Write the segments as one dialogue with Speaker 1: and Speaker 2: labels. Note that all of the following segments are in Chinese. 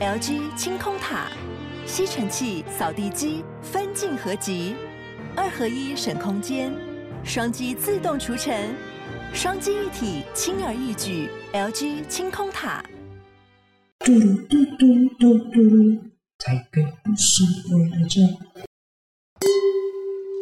Speaker 1: LG 清空塔、吸尘器、扫地机分镜合集，二合一省空间，双击自动除尘，双击一体轻而易举。LG 清空塔。
Speaker 2: 嘟噜嘟嘟嘟嘟噜，台北不是我的家。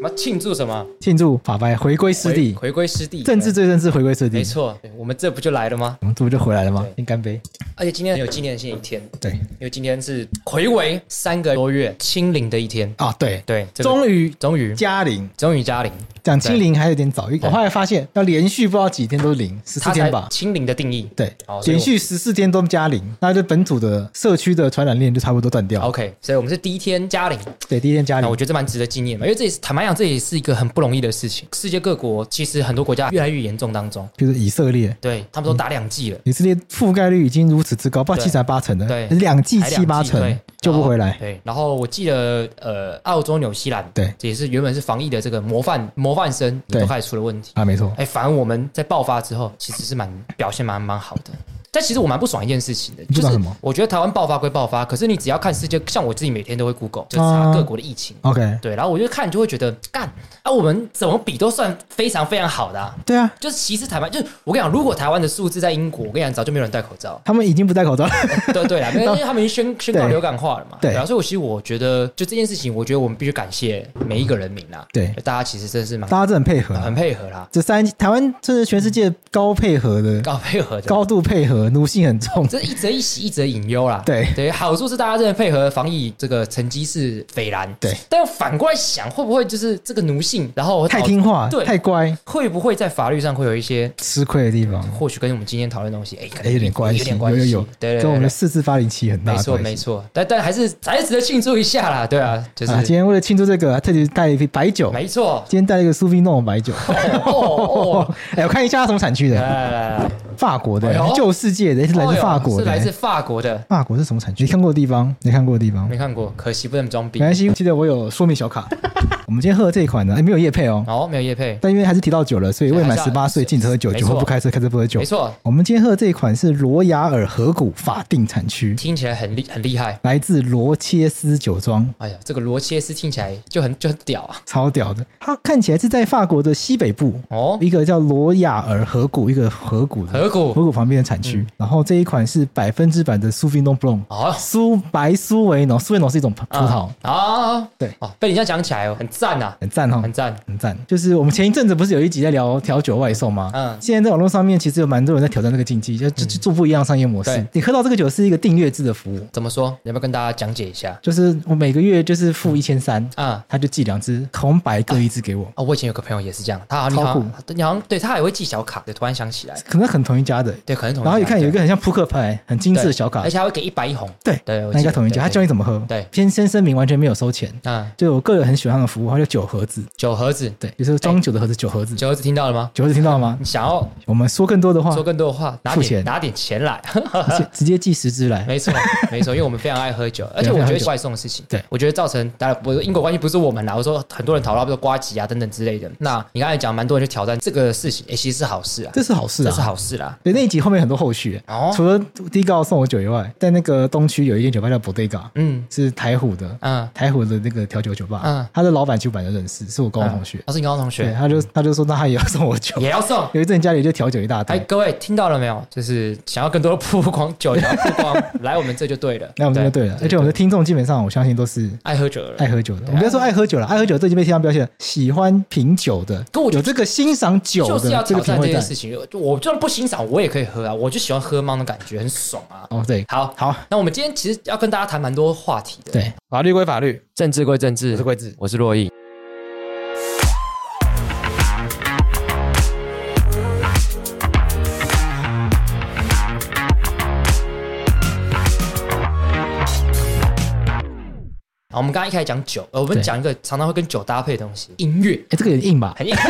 Speaker 3: 我们要庆祝什么？
Speaker 4: 庆祝法白回归师地，
Speaker 3: 回回归师地，
Speaker 4: 政治最正式回归师
Speaker 3: 对
Speaker 4: 地
Speaker 3: 没，错。对我们这不就来了吗？
Speaker 4: 我们这不就回来了吗
Speaker 3: 对？
Speaker 4: 先干杯！
Speaker 3: 而且今天很有纪念性的一天，
Speaker 4: 对
Speaker 3: 因为今天是魁违三个多月清零的一天。
Speaker 4: 啊，对，
Speaker 3: 对，这个
Speaker 4: 终于
Speaker 3: 终于
Speaker 4: 加零，
Speaker 3: 终于加零，
Speaker 4: 讲清零还有点早，一我后来发现要连续不知道几天都零，十四
Speaker 3: 它
Speaker 4: 天
Speaker 3: 才
Speaker 4: 吧。
Speaker 3: 清零的定义。
Speaker 4: 对
Speaker 3: 哦，所以
Speaker 4: 连
Speaker 3: 我
Speaker 4: 续十四天都加零，那就本土的社区的传染链就差不多断掉。
Speaker 3: OK，所以我们是第一天加零，
Speaker 4: 对，第一天加
Speaker 3: 那我
Speaker 4: 零，
Speaker 3: 觉得这蛮值得纪念嘛，因为这也是坦白讲，这也是一个很不容易的事情。世界各国其实很多国家越来越严重当中，
Speaker 4: 比如说以色列，
Speaker 3: 对他们都打两剂了。
Speaker 4: 以色列覆盖率已经如此之高，不知道
Speaker 3: 对
Speaker 4: 七成还八成的，
Speaker 3: 对
Speaker 4: 两季
Speaker 3: 才两
Speaker 4: 七八
Speaker 3: 剂
Speaker 4: 成
Speaker 3: 对哦
Speaker 4: 救不回来。
Speaker 3: 对，然后我记得呃，澳洲、纽西兰，
Speaker 4: 对
Speaker 3: 这也是原本是防疫的这个模范模范生，也
Speaker 4: 对
Speaker 3: 都开始出了问题。
Speaker 4: 啊，没错，
Speaker 3: 哎，反而我们在爆发之后，其实是蛮表现蛮蛮好的。但其实我蛮不爽一件事情的，
Speaker 4: 你不
Speaker 3: 就
Speaker 4: 爽
Speaker 3: 是
Speaker 4: 什么
Speaker 3: 我觉得台湾爆发归爆发，可是你只要看世界，像我自己每天都会 Google，就查
Speaker 4: 啊
Speaker 3: 各国的疫情。
Speaker 4: OK，
Speaker 3: 对，然后我就看，就会觉得干啊，我们怎么比都算非常非常好的、啊，
Speaker 4: 对啊，
Speaker 3: 就是其实台湾，就是我跟你讲，如果台湾的数字在英国，我跟你讲，早就没有人戴口罩了。
Speaker 4: 他们已经不戴 口罩了。
Speaker 3: 对对 啦，因为因为他们已经宣宣告流感化了嘛。
Speaker 4: 对
Speaker 3: 啊，所以我其实我觉得，就这件事情，我觉得我们必须感谢每一个人民啦。
Speaker 4: 对
Speaker 3: 大家其实真是蛮
Speaker 4: 大家真的很配合啊，
Speaker 3: 很配合啦，
Speaker 4: 这三台湾真是全世界高配合的，
Speaker 3: 高配合的。
Speaker 4: 高度配合，奴性很重。
Speaker 3: 这一则一喜，一则隐忧啦。
Speaker 4: 对
Speaker 3: 对，好处是大家真的配合防疫，这个成绩是斐然。
Speaker 4: 对，
Speaker 3: 但反过来想，会不会就是这个奴性，然后
Speaker 4: 太
Speaker 3: 导
Speaker 4: 听话，
Speaker 3: 对
Speaker 4: 太乖，
Speaker 3: 会不会在法律上会有一些，
Speaker 4: 吃亏的地方，
Speaker 3: 或许跟我们今天讨论的东西，哎，可
Speaker 4: 哎
Speaker 3: 能
Speaker 4: 有点关系，
Speaker 3: 有点关系，
Speaker 4: 有有
Speaker 3: 对对对
Speaker 4: 跟我们
Speaker 3: 对
Speaker 4: 的四至八零七很大
Speaker 3: 没
Speaker 4: 的
Speaker 3: 错
Speaker 4: 关系。
Speaker 3: 没错，但但还是还是值得庆祝一下啦，对啊，就是、
Speaker 4: 啊，今天为了庆祝这个，还特地带了一瓶白酒，
Speaker 3: 没错。
Speaker 4: 今天带了一个苏菲诺白 酒。
Speaker 3: 哦 哦，
Speaker 4: 哎，我看一下它什么产区
Speaker 3: 来
Speaker 4: 的，
Speaker 3: 来来来来，
Speaker 4: 法国的
Speaker 3: 哎呦，
Speaker 4: 旧世界的，是来
Speaker 3: 哦
Speaker 4: 自
Speaker 3: 哟
Speaker 4: 法国
Speaker 3: 是来自
Speaker 4: 的。
Speaker 3: 法国的，
Speaker 4: 法国是什么产区？你看过的地方？没看过的地方？
Speaker 3: 没看过，可惜不能装逼
Speaker 4: 没。关系，记得我有说明 小卡。我们今天喝的这一款呢，哎，没有叶配哦，
Speaker 3: 哦，没有叶配，
Speaker 4: 但因为还是提到酒了，所以未满
Speaker 3: 还是
Speaker 4: 十
Speaker 3: 要
Speaker 4: 八岁禁止喝酒，
Speaker 3: 没
Speaker 4: 酒
Speaker 3: 错
Speaker 4: 后不开车，开车不喝酒
Speaker 3: 没。错，
Speaker 4: 我们今天喝的这一款是罗雅尔河谷法定产区，
Speaker 3: 听起来很厉很厉害。
Speaker 4: 来自罗切斯酒庄，
Speaker 3: 哎呀，这个罗切斯听起来就很就很屌啊！
Speaker 4: 超屌的。它看起来是在法国的西北部，
Speaker 3: 哦，
Speaker 4: 一个叫罗雅尔河谷，一个河谷的
Speaker 3: 河谷嗯
Speaker 4: 河谷旁边的产区。然后这一款是百分之百的苏菲诺布朗，
Speaker 3: 哦
Speaker 4: 苏白苏维农，苏维农是一种葡葡萄，
Speaker 3: 啊啊，
Speaker 4: 对
Speaker 3: 哦，被你这样讲起来哦，很赞呐，
Speaker 4: 很赞哈、哦
Speaker 3: 很赞。
Speaker 4: 很赞，就是我们前一阵子不是有一集在聊调酒外送吗？
Speaker 3: 嗯
Speaker 4: 现在在网络上面其实有蛮多人在挑战这个禁忌，就就就做不一样的商业模式
Speaker 3: 对。
Speaker 4: 你喝到这个酒是一个订阅制的服务，
Speaker 3: 怎么说？你要不要跟大家讲解一下？
Speaker 4: 就是我每个月就是付一千三，
Speaker 3: 啊
Speaker 4: 他就寄两只红白各一只给我，
Speaker 3: 啊，我以前有个朋友也是这样，他好像你
Speaker 4: 超
Speaker 3: 好
Speaker 4: 酷
Speaker 3: 像你好像对他也会记小卡，对，突然想起来，
Speaker 4: 可能很同一家的。
Speaker 3: 对，可能同
Speaker 4: 然后
Speaker 3: 一
Speaker 4: 你
Speaker 3: 家
Speaker 4: 看有一
Speaker 3: 对
Speaker 4: 个很像扑克牌，很精致的
Speaker 3: 对
Speaker 4: 小卡
Speaker 3: 而，且还会给一白一红。
Speaker 4: 对，
Speaker 3: 对我
Speaker 4: 那应
Speaker 3: 记
Speaker 4: 该
Speaker 3: 得
Speaker 4: 同一家，
Speaker 3: 对
Speaker 4: 他教你怎么喝。
Speaker 3: 对
Speaker 4: 先先声明完全没有收钱。
Speaker 3: 啊，
Speaker 4: 就我个人很喜欢他的服务，它就九盒子，
Speaker 3: 酒盒子，
Speaker 4: 对，就是装酒的盒子，九盒子，
Speaker 3: 酒盒子听到了吗？
Speaker 4: 九盒子听到了吗
Speaker 3: 你？想要
Speaker 4: 我们说更多的话
Speaker 3: 说，更多的话，拿
Speaker 4: 付
Speaker 3: 点
Speaker 4: 钱
Speaker 3: 拿点钱来。
Speaker 4: 直接直接寄十支来。
Speaker 3: 啊 没错，没错，因为我们非常爱喝酒，而且我觉得外送的事情，
Speaker 4: 对
Speaker 3: 我觉得造成当然不是因果关系，不是我们啦。我说很多人讨论，比如说瓜吉啊等等之类的。那你刚才讲，蛮多人去挑战这个事情，哎，其实是好事啊，
Speaker 4: 这是好事啊，
Speaker 3: 这是好事啦。
Speaker 4: 对，那一集后面很多后续，
Speaker 3: 哦
Speaker 4: 除了第一个送我酒以外，在那个东区有一间酒吧叫 Bodega，
Speaker 3: 嗯
Speaker 4: 是台虎的，
Speaker 3: 嗯
Speaker 4: 台虎的那个调酒酒吧，
Speaker 3: 嗯
Speaker 4: 他的老板其实我本来就认识，是我高
Speaker 3: 嗯
Speaker 4: 中同学，
Speaker 3: 他是你高中同
Speaker 4: 对，啊
Speaker 3: 学，
Speaker 4: 他就他就说那他也要送我酒，
Speaker 3: 也要送。
Speaker 4: 有一阵家里就调酒一大
Speaker 3: 嗯哎，
Speaker 4: 堆，
Speaker 3: 各位听到了没有？就是想要更多的曝光酒，想要曝光， 来我们这就对啊了。
Speaker 4: 那我们就对了，而且我们的听众基本上我相信都是。
Speaker 3: 爱喝酒的人，
Speaker 4: 爱喝酒的，我们不要说爱喝酒了，爱喝酒这已经被贴上标签了。喜欢品酒的，
Speaker 3: 可我觉得
Speaker 4: 有这个欣赏酒
Speaker 3: 就是要
Speaker 4: 的这
Speaker 3: 挑
Speaker 4: 个品
Speaker 3: 战这
Speaker 4: 味
Speaker 3: 件
Speaker 4: 在。
Speaker 3: 事情。我就算不欣赏，我也可以喝啊，我就喜欢喝mang 的感觉，很爽啊。
Speaker 4: 哦，对，
Speaker 3: 好，
Speaker 4: 好，
Speaker 3: 那我们今天其实要跟大家谈蛮多话题的。
Speaker 4: 对，哎法律归法律，
Speaker 5: 政治归政治，
Speaker 4: 我是桂智。
Speaker 5: 我是洛毅。
Speaker 3: 好，我们刚刚一开始讲酒，呃，我们
Speaker 4: 对
Speaker 3: 讲一个常常会跟酒搭配的东西，音乐，
Speaker 4: 哎，这个有点硬吧？
Speaker 3: 很硬，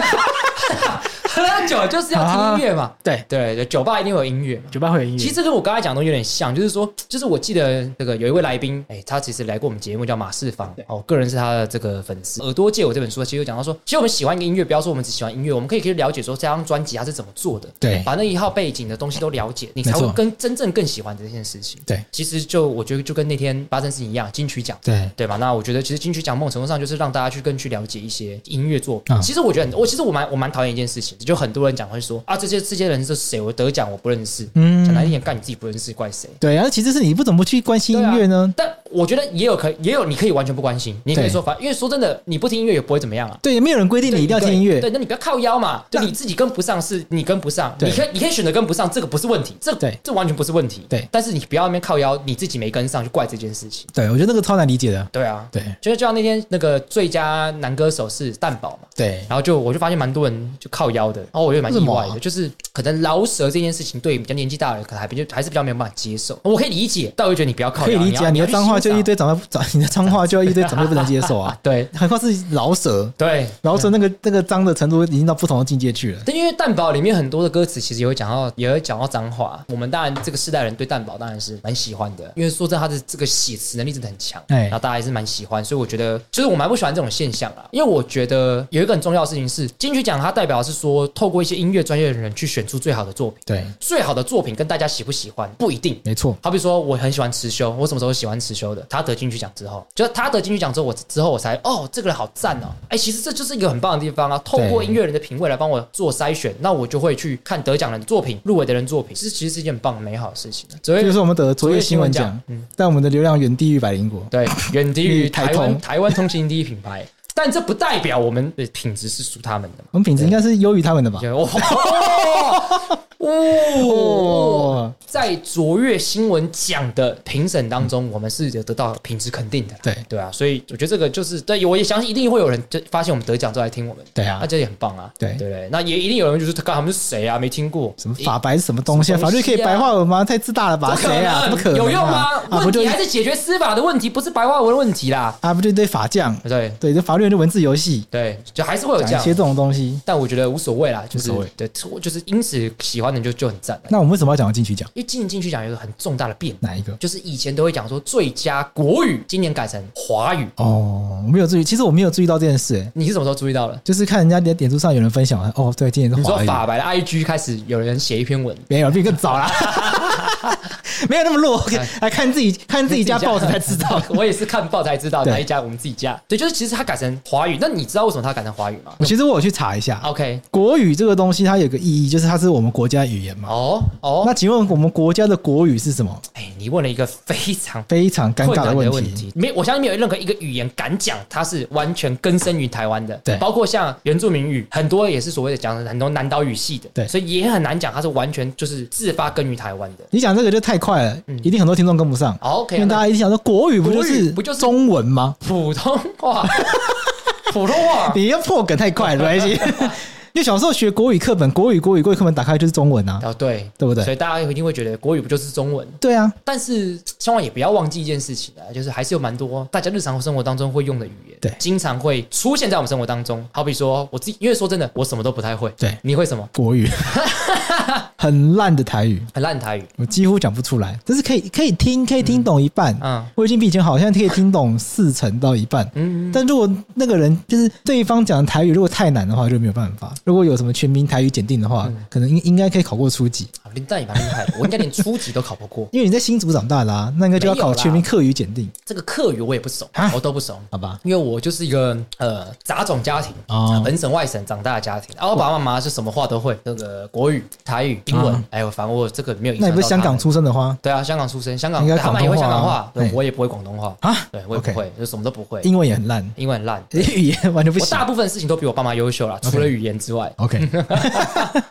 Speaker 3: 喝酒就是要
Speaker 4: 啊
Speaker 3: 听音乐嘛。
Speaker 4: 对，
Speaker 3: 对对，酒吧一定会有音乐嘛。
Speaker 4: 酒吧会有音乐。
Speaker 3: 其实这跟我刚才讲的有点像，就是说，就是我记得这个有一位来宾，哎、他其实来过我们节目，叫马世芳，哦，我个人是他的这个粉丝。耳朵借我这本书，其实有讲到说，其实我们喜欢一个音乐，不要说我们只喜欢音乐，我们可以去了解说这张专辑它是怎么做的，
Speaker 4: 对
Speaker 3: 把那一号背景的东西都了解，你
Speaker 4: 没
Speaker 3: 才
Speaker 4: 错
Speaker 3: 会跟真正更喜欢这件事情。
Speaker 4: 对
Speaker 3: 其实就我觉得就跟那天发生事情一样，金曲奖。
Speaker 4: 对
Speaker 3: 对吧？那我觉得其实金曲奖某种程度上就是让大家去更去了解一些音乐作品。
Speaker 4: 嗯
Speaker 3: 其实我觉得很，我其实我蛮我蛮讨厌一件事情，就很多人讲会说啊，这些这些人是谁？我得奖我不认识，
Speaker 4: 嗯
Speaker 3: 讲难听点，干你自己不认识，怪谁？
Speaker 4: 对，然啊后其实是你不怎么去关心
Speaker 3: 啊
Speaker 4: 音乐呢？
Speaker 3: 但我觉得也有可也有，你可以完全不关心，你可以
Speaker 4: 对
Speaker 3: 说反，因为说真的，你不听音乐也不会怎么样啊。
Speaker 4: 对，没有人规定你一定要听音乐啊
Speaker 3: 对，。那你不要靠腰嘛，就
Speaker 4: 那
Speaker 3: 你自己跟不上是你跟不上，
Speaker 4: 对
Speaker 3: 你可以你可以选择跟不上，这个不是问题，这
Speaker 4: 对
Speaker 3: 这完全不是问题，
Speaker 4: 对
Speaker 3: 但是你不要在那边靠腰，你自己没跟上去怪这件事情，
Speaker 4: 对，我觉得那个超难理解的。
Speaker 3: 对啊，
Speaker 4: 对
Speaker 3: 就是就像那天那个最佳男歌手是蛋宝嘛，
Speaker 4: 对
Speaker 3: 然后就我就发现蛮多人就靠腰的，然后我就蛮意
Speaker 4: 为
Speaker 3: 外
Speaker 4: 什么
Speaker 3: 的，
Speaker 4: 啊
Speaker 3: 就是可能饶舌这件事情对比较年纪大的人可能还比较还是比较没有办法接受，我可以理解，但我就觉得你不要靠腰，
Speaker 4: 可以理解啊，你
Speaker 3: 要
Speaker 4: 的脏话就一
Speaker 3: 堆。。
Speaker 4: 堆长辈长，你的脏 话就一堆长辈不能接受啊
Speaker 3: 对
Speaker 4: 何况是老舍，
Speaker 3: 对，啊
Speaker 4: 老舍那个那个脏的程度已经到不同的境界去了。
Speaker 3: 但因为蛋堡里面很多的歌词其实也会讲到，也会讲到脏话。我们当然这个世代人对蛋堡当然是蛮喜欢的，因为说真的，他的这个写词能力真的很强，
Speaker 4: 哎
Speaker 3: 然后大家也是蛮喜欢。所以我觉得，就是我蛮不喜欢这种现象啊，因为我觉得有一个很重要的事情是，金曲奖它代表的是说，透过一些音乐专业的人去选出最好的作品，
Speaker 4: 对，
Speaker 3: 最好的作品跟大家喜不喜欢不一定。
Speaker 4: 没错，
Speaker 3: 好比说，我很喜欢持修，我什么时候喜欢持修的？他得金曲奖之后，就是他得金曲奖之后，我之后我才哦，这个人好赞哦！哎，其实这就是一个很棒的地方啊。透过
Speaker 4: 对
Speaker 3: 音乐人的品味来帮我做筛选，那我就会去看得奖人的作品、入围的人作品，是其实是一件很棒、很美好的事情。所
Speaker 4: 这就
Speaker 3: 以
Speaker 4: 是我们得卓越新闻
Speaker 3: 卓越
Speaker 4: 奖
Speaker 3: 新闻奖嗯，
Speaker 4: 但我们的流量远低于百灵果。
Speaker 3: 对，远低于
Speaker 4: 嗯台
Speaker 3: 台湾
Speaker 4: 通
Speaker 3: 台湾通勤第一品牌，但这不代表我们的呃品质是输他们的嘛。
Speaker 4: 我们品质应该是优于他们的吧？
Speaker 3: 就哦哦
Speaker 4: 哦，
Speaker 3: 在卓越新闻奖的评审当中，我们是有得到品质肯定的啦。
Speaker 4: 对
Speaker 3: 对啊，所以我觉得这个就是对，我也相信一定会有人就发现我们得奖之后来听我们。
Speaker 4: 对啊
Speaker 3: 那这也很棒啊。
Speaker 4: 对
Speaker 3: 对不对，那也一定有人就是刚他们是谁啊？没听过
Speaker 4: 什么法白是什么东西啊？
Speaker 3: 什么
Speaker 4: 法
Speaker 3: 东西啊
Speaker 4: 律可以白话文吗？太自大了吧？
Speaker 3: 不可
Speaker 4: 谁啊？怎么可能啊？
Speaker 3: 有用吗？
Speaker 4: 啊，不
Speaker 3: 问
Speaker 4: 就
Speaker 3: 题还是解决司法的问题，不是白话文的问题啦。
Speaker 4: 啊，不就一堆法匠？
Speaker 3: 对
Speaker 4: 对，这法律就文字游戏，
Speaker 3: 对，就还是会有
Speaker 4: 讲
Speaker 3: 这
Speaker 4: 一
Speaker 3: 样
Speaker 4: 些。这种东西。
Speaker 3: 但我觉得无所谓啦，就是
Speaker 4: 无所谓
Speaker 3: 对，就是因此喜欢的人就就很赞了。
Speaker 4: 那我们为什么要讲进去讲？
Speaker 3: 因为今年金曲奖有一个很重大的变
Speaker 4: 哪一个？
Speaker 3: 就是以前都会讲说最佳国语，今年改成华语。
Speaker 4: 哦，我没有注意，其实我没有注意到这件事、欸
Speaker 3: 你是什么时候注意到的？
Speaker 4: 就是看人家点点书上有人分享，哦，对，今年
Speaker 3: 你
Speaker 4: 是
Speaker 3: 说
Speaker 4: 华语，
Speaker 3: 法白的 IG 开始有人写一篇文，
Speaker 4: 没有，比你更早啦， 没有那么弱，
Speaker 3: 啊
Speaker 4: 还看自己看自己家报纸才知道。。
Speaker 3: 我也是看报才知道
Speaker 4: 对
Speaker 3: 哪一家，我们自己家。对，就是其实它改成华语，那你知道为什么它改成华语吗
Speaker 4: 我其实我有去查一下，
Speaker 3: ？OK，
Speaker 4: 国语这个东西它有个意义，就是它是我们国家语言嘛。
Speaker 3: 哦哦
Speaker 4: 那，请问我们国家的国语是什么？
Speaker 3: 哎，你问了一个非常。
Speaker 4: 非常尴
Speaker 3: 困
Speaker 4: 尬
Speaker 3: 难
Speaker 4: 的
Speaker 3: 的
Speaker 4: 问
Speaker 3: 问
Speaker 4: 题。
Speaker 3: 题，没，我相信没有任何一个语言敢讲它是完全根深于台湾的，
Speaker 4: 对
Speaker 3: 包括像原住民语，很多也是所谓的讲很多南岛语系的，
Speaker 4: 对
Speaker 3: 所以也很难讲它是完全就是自发根于台湾的。
Speaker 4: 你讲这个就太快了，
Speaker 3: 嗯
Speaker 4: 一定很多听众跟不上。
Speaker 3: 好，OK，
Speaker 4: 因为大
Speaker 3: 那
Speaker 4: 家一定想说国语不就
Speaker 3: 啊国
Speaker 4: 是
Speaker 3: 语不就是
Speaker 4: 中文吗？
Speaker 3: 普通话， 普通话，
Speaker 4: 你要破梗太快 了，没关系。因为小时候学国语课本，国语国语国语课本打开就是中文啊。
Speaker 3: 哦，对，
Speaker 4: 对不对
Speaker 3: 所以大家一定会觉得国语不就是中文？
Speaker 4: 对啊，
Speaker 3: 但是千万也不要忘记一件事情啊，就是还是有蛮多大家日常生活当中会用的语言，
Speaker 4: 对
Speaker 3: 经常会出现在我们生活当中。好比说我自己，因为说真的，我什么都不太会，
Speaker 4: 对
Speaker 3: 你会什么？
Speaker 4: 国语很烂的台语，
Speaker 3: 很烂台语，
Speaker 4: 我几乎讲不出来。但是可以可以听，可以听懂一半。
Speaker 3: 嗯
Speaker 4: 我已经比以前好，像可以听懂四成到一半。
Speaker 3: 嗯，
Speaker 4: 但如果那个人就是对方讲的台语，如果太难的话就没有办法。如果有什么全民台语检定的话，
Speaker 3: 嗯
Speaker 4: 可能应应该可以考过初级，。
Speaker 3: 林丹也蛮厉害的，我应该连初级都考不过
Speaker 4: 因为你在新竹长大啦、那应该就要
Speaker 3: 没有
Speaker 4: 考
Speaker 3: 啦
Speaker 4: 全民客语检定，
Speaker 3: 这个客语我也不熟
Speaker 4: 啊，
Speaker 3: 我都不熟。
Speaker 4: 好吧？
Speaker 3: 因为我就是一个呃杂种家庭，
Speaker 4: 哦
Speaker 3: 本省外省长大的家庭，然啊后我爸爸妈妈是什么话都会，那个国语、台语、英文
Speaker 4: 啊，
Speaker 3: 哎呦，反正我这个没有影响。
Speaker 4: 那你不是香港？出生的话，
Speaker 3: 对啊，香港出生，香港
Speaker 4: 应该
Speaker 3: 他
Speaker 4: 广
Speaker 3: 们
Speaker 4: 东
Speaker 3: 也会
Speaker 4: 话
Speaker 3: 香
Speaker 4: 啊
Speaker 3: 港话，对
Speaker 4: 嘿
Speaker 3: 我也不会广东话
Speaker 4: 啊
Speaker 3: 对我也不
Speaker 4: OK
Speaker 3: 会，就什么都不会，
Speaker 4: 英文也很烂，
Speaker 3: 英文很烂。
Speaker 4: 语言完全不
Speaker 3: 我
Speaker 4: 行。
Speaker 3: 大部分事情都比我爸妈优秀啦，除了语言之外，
Speaker 4: OK，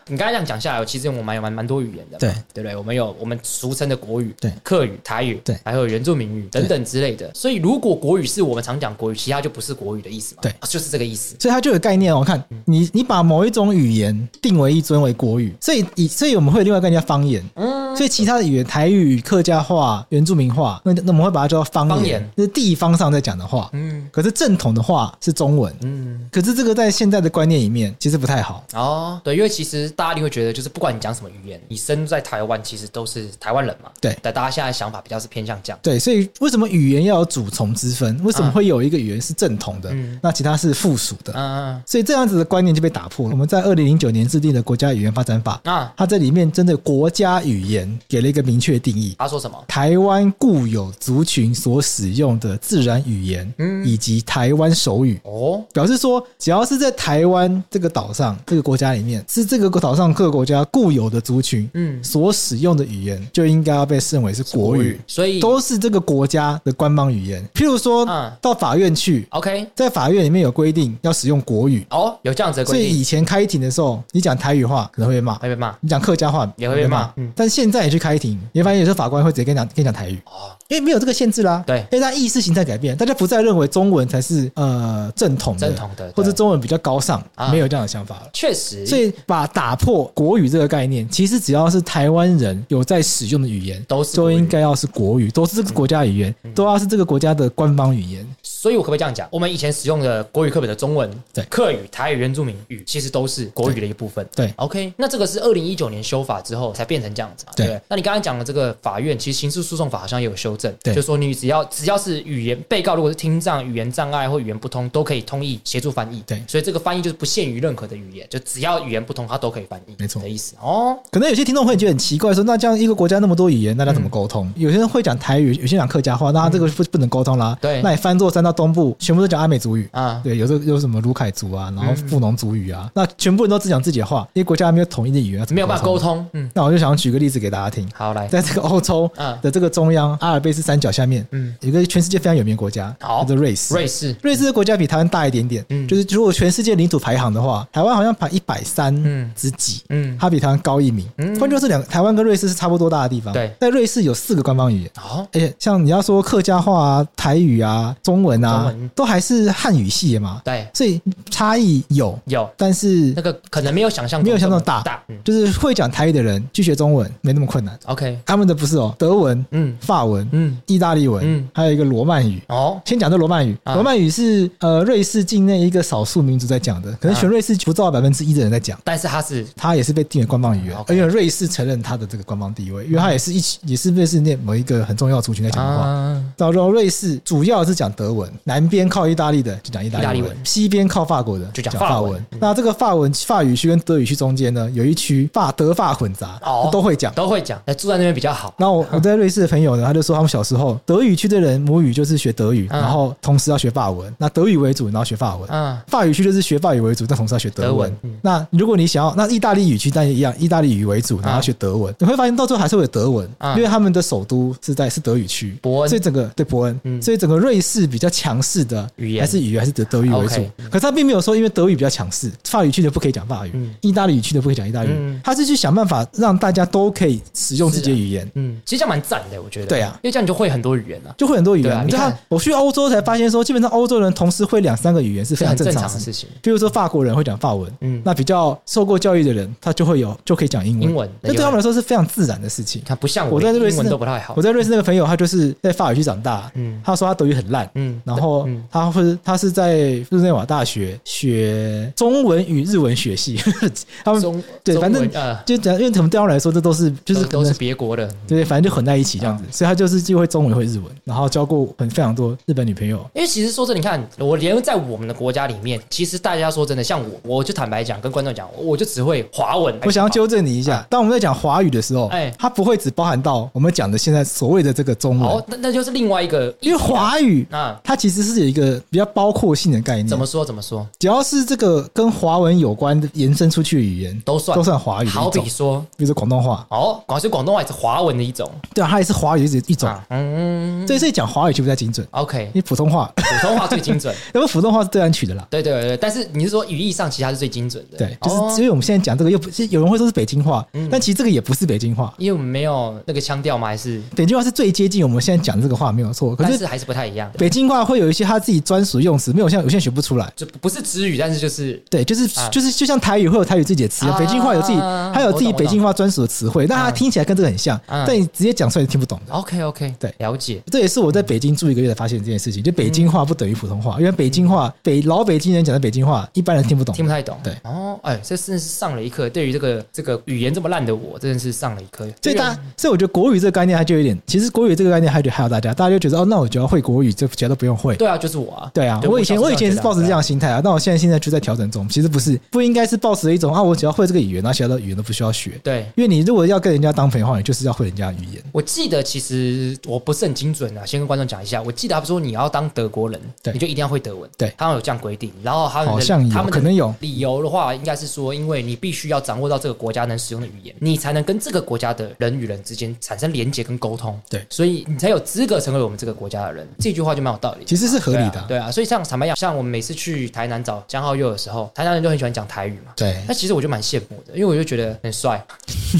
Speaker 3: 你刚才这样讲下来，其实我蛮蛮蛮多语言的嘛，
Speaker 4: 对
Speaker 3: 对不对？我们有我们俗称的国语、
Speaker 4: 对
Speaker 3: 客语、台语，
Speaker 4: 对
Speaker 3: 还有原住民语等等之类的。所以如果国语是我们常讲国语，其他就不是国语的意思嘛，
Speaker 4: 对
Speaker 3: 啊就是这个意思。嗯
Speaker 4: 所以它就有概念哦。看你，你把某一种语言定为一尊为国语，所以以所以我们会有另外一个概念叫方言。
Speaker 3: 嗯，
Speaker 4: 所以其他的语言，台语、客家话、原住民话，那那我们会把它叫方言，
Speaker 3: 方言
Speaker 4: 就是地方上在讲的话。
Speaker 3: 嗯
Speaker 4: 可是正统的话是中文，
Speaker 3: 嗯，
Speaker 4: 可是这个在现在的观念里面其实不太好。
Speaker 3: 哦，对，因为其实大家一定会觉得，就是不管你讲什么语言，你身在台湾，其实都是台湾人嘛。
Speaker 4: 对
Speaker 3: 但大家现在想法比较是偏向这样。
Speaker 4: 对，所以为什么语言要有主从之分？为什么会有一个语言是正统的，
Speaker 3: 嗯
Speaker 4: 那其他是附属的？
Speaker 3: 嗯，
Speaker 4: 所以这样子的观念就被打破了。我们在二零零九年制定的国家语言发展法，
Speaker 3: 那
Speaker 4: 它这里面针对国家语言给了一个明确定义：
Speaker 3: 他说什么？
Speaker 4: 台湾固有族群所使用的自然语言，
Speaker 3: 嗯
Speaker 4: 以及台湾手语。
Speaker 3: 哦，
Speaker 4: 表示说，只要是在台湾这个岛上、这个国家里面，是这个岛上各个国家固有的族群，
Speaker 3: 嗯
Speaker 4: 所使用的语言，就应该要被视为是国语，
Speaker 3: 所以
Speaker 4: 都是这个国家的官方语言。譬如说
Speaker 3: 嗯，
Speaker 4: 到法院去，
Speaker 3: OK。
Speaker 4: 在法院里面有规定要使用国语，
Speaker 3: 哦，有这样子的
Speaker 4: 所
Speaker 3: 规
Speaker 4: 以
Speaker 3: 定
Speaker 4: 以前开庭的时候，你讲台语话可能会被骂
Speaker 3: 会。被骂。
Speaker 4: 你讲客家话
Speaker 3: 也会被骂嗯
Speaker 4: 但现在你去开庭，你会发现有时候法官会直接跟你讲跟你讲台语，
Speaker 3: 哦，
Speaker 4: 因为没有这个限制啦。
Speaker 3: 对
Speaker 4: 因为大家意识形态改变，大家不再认为中文才是呃正统的，
Speaker 3: 正统的对
Speaker 4: 或者中文比较高尚，
Speaker 3: 啊
Speaker 4: 没有这样的想法了。
Speaker 3: 确实，
Speaker 4: 所以把打破国语这个概念，其实只要是台湾人有在使用的语言，
Speaker 3: 都是国
Speaker 4: 都
Speaker 3: 语嗯
Speaker 4: 应该要是国语，都是这个国家语言，都要是这个国家的官方语言。
Speaker 3: 所以我可不可以这样讲？我们以前使用的国语课本的中文、
Speaker 4: 对
Speaker 3: 客语、台语、原住民语，其实都是国语的一部分。
Speaker 4: 对对
Speaker 3: ，OK，那这个是二零一九年修法之后才变成这样子嘛？
Speaker 4: 对
Speaker 3: 不那你刚才讲的这个法院，其实刑事诉讼法好像也有修正，
Speaker 4: 对
Speaker 3: 就说你只要只要是语言被告如果是听障、语言障碍或语言不通，都可以通译协助翻译。
Speaker 4: 对
Speaker 3: 所以这个翻译就是不限于任何的语言，就只要语言不通，它都可以翻译。
Speaker 4: 没错
Speaker 3: 的意思哦。
Speaker 4: 可能有些听众会觉得很奇怪，说那这样一个国家那么多语言，大家怎么沟通？
Speaker 3: 嗯
Speaker 4: 有些人会讲台语，有些人讲客家话，那他这个不不能沟通啦。
Speaker 3: 对
Speaker 4: 那你翻座山到东部，全部都讲阿美族语
Speaker 3: 啊嗯
Speaker 4: 对，有这有什么卢凯族啊，然后富农族语啊，那全部人都只讲自己的话，因为国家没有统一的语言，
Speaker 3: 没有办法沟
Speaker 4: 通。
Speaker 3: 通，嗯，
Speaker 4: 那我就想举个例子给大家听。
Speaker 3: 好来，
Speaker 4: 在这个欧洲
Speaker 3: 嗯
Speaker 4: 的这个中央阿尔卑斯山脚下面，
Speaker 3: 嗯
Speaker 4: 嗯，有一个全世界非常有名的国家，
Speaker 3: 好
Speaker 4: 叫做瑞士。
Speaker 3: 瑞士，
Speaker 4: 瑞士的国家比台湾大一点点，
Speaker 3: 嗯
Speaker 4: 就是如果全世界领土排行的话，台湾好像排一百三
Speaker 3: 嗯
Speaker 4: 之几，
Speaker 3: 嗯
Speaker 4: 它比台湾高一名。
Speaker 3: 嗯
Speaker 4: 换句话说，两个台湾跟瑞士是差不多大的地方。
Speaker 3: 对
Speaker 4: 在瑞士有四个官方语言。
Speaker 3: 哦，
Speaker 4: 而且像你要说客家话啊、台语啊、中文啊，
Speaker 3: 中文
Speaker 4: 都还是汉语系的嘛，
Speaker 3: 对，
Speaker 4: 所以差异有，
Speaker 3: 有
Speaker 4: 但是
Speaker 3: 那个可能没有想象中
Speaker 4: 没有想象
Speaker 3: 这么
Speaker 4: 大
Speaker 3: 大，嗯
Speaker 4: 就是会讲台语的人去学中文没那么困难。
Speaker 3: ，OK，
Speaker 4: 他们的不是哦，德文、
Speaker 3: 嗯
Speaker 4: 法文、
Speaker 3: 嗯，
Speaker 4: 意大利文，
Speaker 3: 嗯
Speaker 4: 还有一个罗曼语。
Speaker 3: 哦，
Speaker 4: 先讲这罗曼语，
Speaker 3: 啊
Speaker 4: 罗曼语是呃瑞士境内一个少数民族在讲的，可
Speaker 3: 啊
Speaker 4: 能全瑞士不到百分之一的人在讲。
Speaker 3: 但是它是
Speaker 4: 它也是被定为官方语言，
Speaker 3: OK 嗯
Speaker 4: 而且瑞士承认它的这个官方地位，因为它也是一起，也是瑞士内某一个很重要的族群在讲的话。
Speaker 3: 啊，
Speaker 4: 到时候瑞士主要是讲德文，南边靠意大利的就讲意大
Speaker 3: 意
Speaker 4: 利
Speaker 3: 大
Speaker 4: 文，
Speaker 3: 利文
Speaker 4: 西边靠法国的
Speaker 3: 就讲
Speaker 4: 讲
Speaker 3: 法
Speaker 4: 法
Speaker 3: 文
Speaker 4: 文。
Speaker 3: 嗯
Speaker 4: 那这个法文法语区跟德语区中间呢，有一区法德法混杂，
Speaker 3: 哦
Speaker 4: 都会讲。
Speaker 3: 都会讲，那住在那边比较好，
Speaker 4: 那我我在瑞士的朋友呢，他就说他们小时候德语区的人母语就是学德语，
Speaker 3: 嗯
Speaker 4: 然后同时要学法文，那德语为主，然后学法文。
Speaker 3: 嗯，
Speaker 4: 法语区就是学法语为主，但同时要学
Speaker 3: 德
Speaker 4: 德
Speaker 3: 文
Speaker 4: 文。
Speaker 3: 嗯
Speaker 4: 那如果你想要，那意大利语区当然也一样，意大利语为主，
Speaker 3: 嗯
Speaker 4: 然后学德文。你会发现到最后还是会有德文，
Speaker 3: 啊
Speaker 4: 因为他们的首都是在是德语区，
Speaker 3: 伯恩
Speaker 4: 所以整个对伯恩，
Speaker 3: 嗯
Speaker 4: 所以整个瑞士比较强势的
Speaker 3: 语言
Speaker 4: 还是语言还是德德语为主
Speaker 3: OK。嗯
Speaker 4: 可是他并没有说，因为德语比较强势，法语区的不可以讲法语
Speaker 3: 嗯，
Speaker 4: 意大利语区的不可以讲意大利
Speaker 3: 嗯
Speaker 4: 语，他是去想办法让大家都可以使用自己的语言。
Speaker 3: 嗯，其实这样蛮赞的，我觉得，
Speaker 4: 对啊
Speaker 3: 因为这样你就会很多语言了，
Speaker 4: 就会很多语
Speaker 3: 对
Speaker 4: 言，
Speaker 3: 啊
Speaker 4: 你知
Speaker 3: 你
Speaker 4: 道
Speaker 3: 看，
Speaker 4: 我去欧洲才发现说，基本上欧洲人同时会两三个语言是
Speaker 3: 这
Speaker 4: 非常
Speaker 3: 很
Speaker 4: 正
Speaker 3: 正
Speaker 4: 常
Speaker 3: 常
Speaker 4: 的
Speaker 3: 的
Speaker 4: 事情
Speaker 3: 事。情，
Speaker 4: 比如说法国人会讲法文，
Speaker 3: 嗯
Speaker 4: 那比较受过教育的人，他就会有就可以讲英文，
Speaker 3: 英文啊
Speaker 4: 那对他们来说是非常自然的事情
Speaker 3: 你。看不像
Speaker 4: 我在瑞
Speaker 3: 英
Speaker 4: 士
Speaker 3: 文
Speaker 4: 那
Speaker 3: 都不太好
Speaker 4: 我，在瑞士那个朋友，他就是在法语区长大，
Speaker 3: 嗯
Speaker 4: 他说他德语很烂，
Speaker 3: 嗯
Speaker 4: 然后
Speaker 3: 嗯
Speaker 4: 他会他是在日内瓦大学学中文与日文学系， 他们
Speaker 3: 中
Speaker 4: 对
Speaker 3: 中文
Speaker 4: 反正
Speaker 3: 呃，
Speaker 4: 就讲，因为可能对他们来说，这都是就是
Speaker 3: 都
Speaker 4: 可
Speaker 3: 都是
Speaker 4: 能。
Speaker 3: 别国的。
Speaker 4: 对，反正就混在一起这样子，
Speaker 3: 嗯
Speaker 4: 所以他就是既会中文会日文，然后交过很非常多日本女朋友，
Speaker 3: 因为其实说真的，你看，我连在我们的国家里面，其实大家说真的，像我，我就坦白讲，跟观众讲，我就只会华文。哦
Speaker 4: 我想要纠正你一下，当我们在讲华语的时候，
Speaker 3: 哎
Speaker 4: 它不会只包含到我们讲的现在所谓的这个中文
Speaker 3: 哦，，那那就是另外一个议题
Speaker 4: 因
Speaker 3: 啊，
Speaker 4: 为华语
Speaker 3: 啊
Speaker 4: 它其实是有一个比较包括性的概念，
Speaker 3: 怎么说怎么说
Speaker 4: 只要是这个跟华文有关的延伸出去的语言，
Speaker 3: 都算
Speaker 4: 都算华语啊的一种。
Speaker 3: 好比说，
Speaker 4: 比如说广东话，
Speaker 3: 哦，广是广东话也是华文的一种
Speaker 4: 对啊，它也是华语的一种。
Speaker 3: 啊，嗯
Speaker 4: 所以所以讲华语就不太精准，
Speaker 3: ，OK，
Speaker 4: 因为普通话，
Speaker 3: 普通话最精准，
Speaker 4: 因为普通话是对岸取的啦。
Speaker 3: 对对对，但是你是说语义上其实它是最精准的，
Speaker 4: 对，就是
Speaker 3: 哦嗯
Speaker 4: 所以我们现在讲这个又不，是有人会说是北京话，但其实这个也不是北京话。
Speaker 3: 因为我们没有那个腔调嘛，还是，
Speaker 4: 北京话是最接近我们现在讲这个话没有错，可
Speaker 3: 但
Speaker 4: 是
Speaker 3: 是还是不太一样，
Speaker 4: 北京听话会有一些他自己专属用词，没有像有些人学不出来。
Speaker 3: 就不是词语，但是就是
Speaker 4: 对，就是、
Speaker 3: 啊
Speaker 4: 就是就像台语会有台语自己的词，
Speaker 3: 啊
Speaker 4: 北京话有自己，它有自
Speaker 3: 我
Speaker 4: 己
Speaker 3: 懂
Speaker 4: 北京话专属的词汇，那它
Speaker 3: 嗯
Speaker 4: 听起来跟这个很像，
Speaker 3: 嗯
Speaker 4: 但你直接讲出来就听不懂的。
Speaker 3: OK OK，
Speaker 4: 对
Speaker 3: 了解。
Speaker 4: 这也是我在北京住一个月才发现这件事
Speaker 3: 嗯
Speaker 4: 情，就北京话不等于普通话，因为北京话北老北京人讲的北京话，一般人听不懂。
Speaker 3: 听不太懂，
Speaker 4: 对
Speaker 3: 哦，哎，这真的是上了一课。对于这个这个语言这么烂的我，真的是上了一课。
Speaker 4: 所以大
Speaker 3: 啊
Speaker 4: 家，所以我觉得国语这个概念，它就有点，其实国语这个概念，它就害到大家，大家就觉得哦，那我就要会国语，这其他都不用会。
Speaker 3: 对啊，就是我啊，
Speaker 4: 对啊，我以前我以前是抱着这样的心态啊，但我现在现在就在调整中。其实不是，不应该是抱持一种啊，我只要会这个语言，那其他的语言都不需要学。
Speaker 3: 对。
Speaker 4: 因为你如果要跟人家当朋友的话，你就是要会人家的语言。
Speaker 3: 我记得其实我不是很精准啊，先跟观众讲一下。我记得他说你要当德国人，
Speaker 4: 对
Speaker 3: 你就一定要会德文，
Speaker 4: 对
Speaker 3: 他们有这样规定。然后他们的
Speaker 4: 好像有
Speaker 3: 他们的
Speaker 4: 可能有
Speaker 3: 理由的话，应该是说，因为你必须要掌握到这个国家能使用的语言，你才能跟这个国家的人与人之间产生连接跟沟通。
Speaker 4: 对
Speaker 3: 所以你才有资格成为我们这个国家的人。这句话就蛮有道理的，
Speaker 4: 其实是合理的啊
Speaker 3: 对啊。对啊，所以像坦白讲，像我们每次去台南找江浩佑的时候，台南人就很喜欢讲台语嘛。
Speaker 4: 对
Speaker 3: 那其实我就蛮羡慕的，因为我就觉得很帅。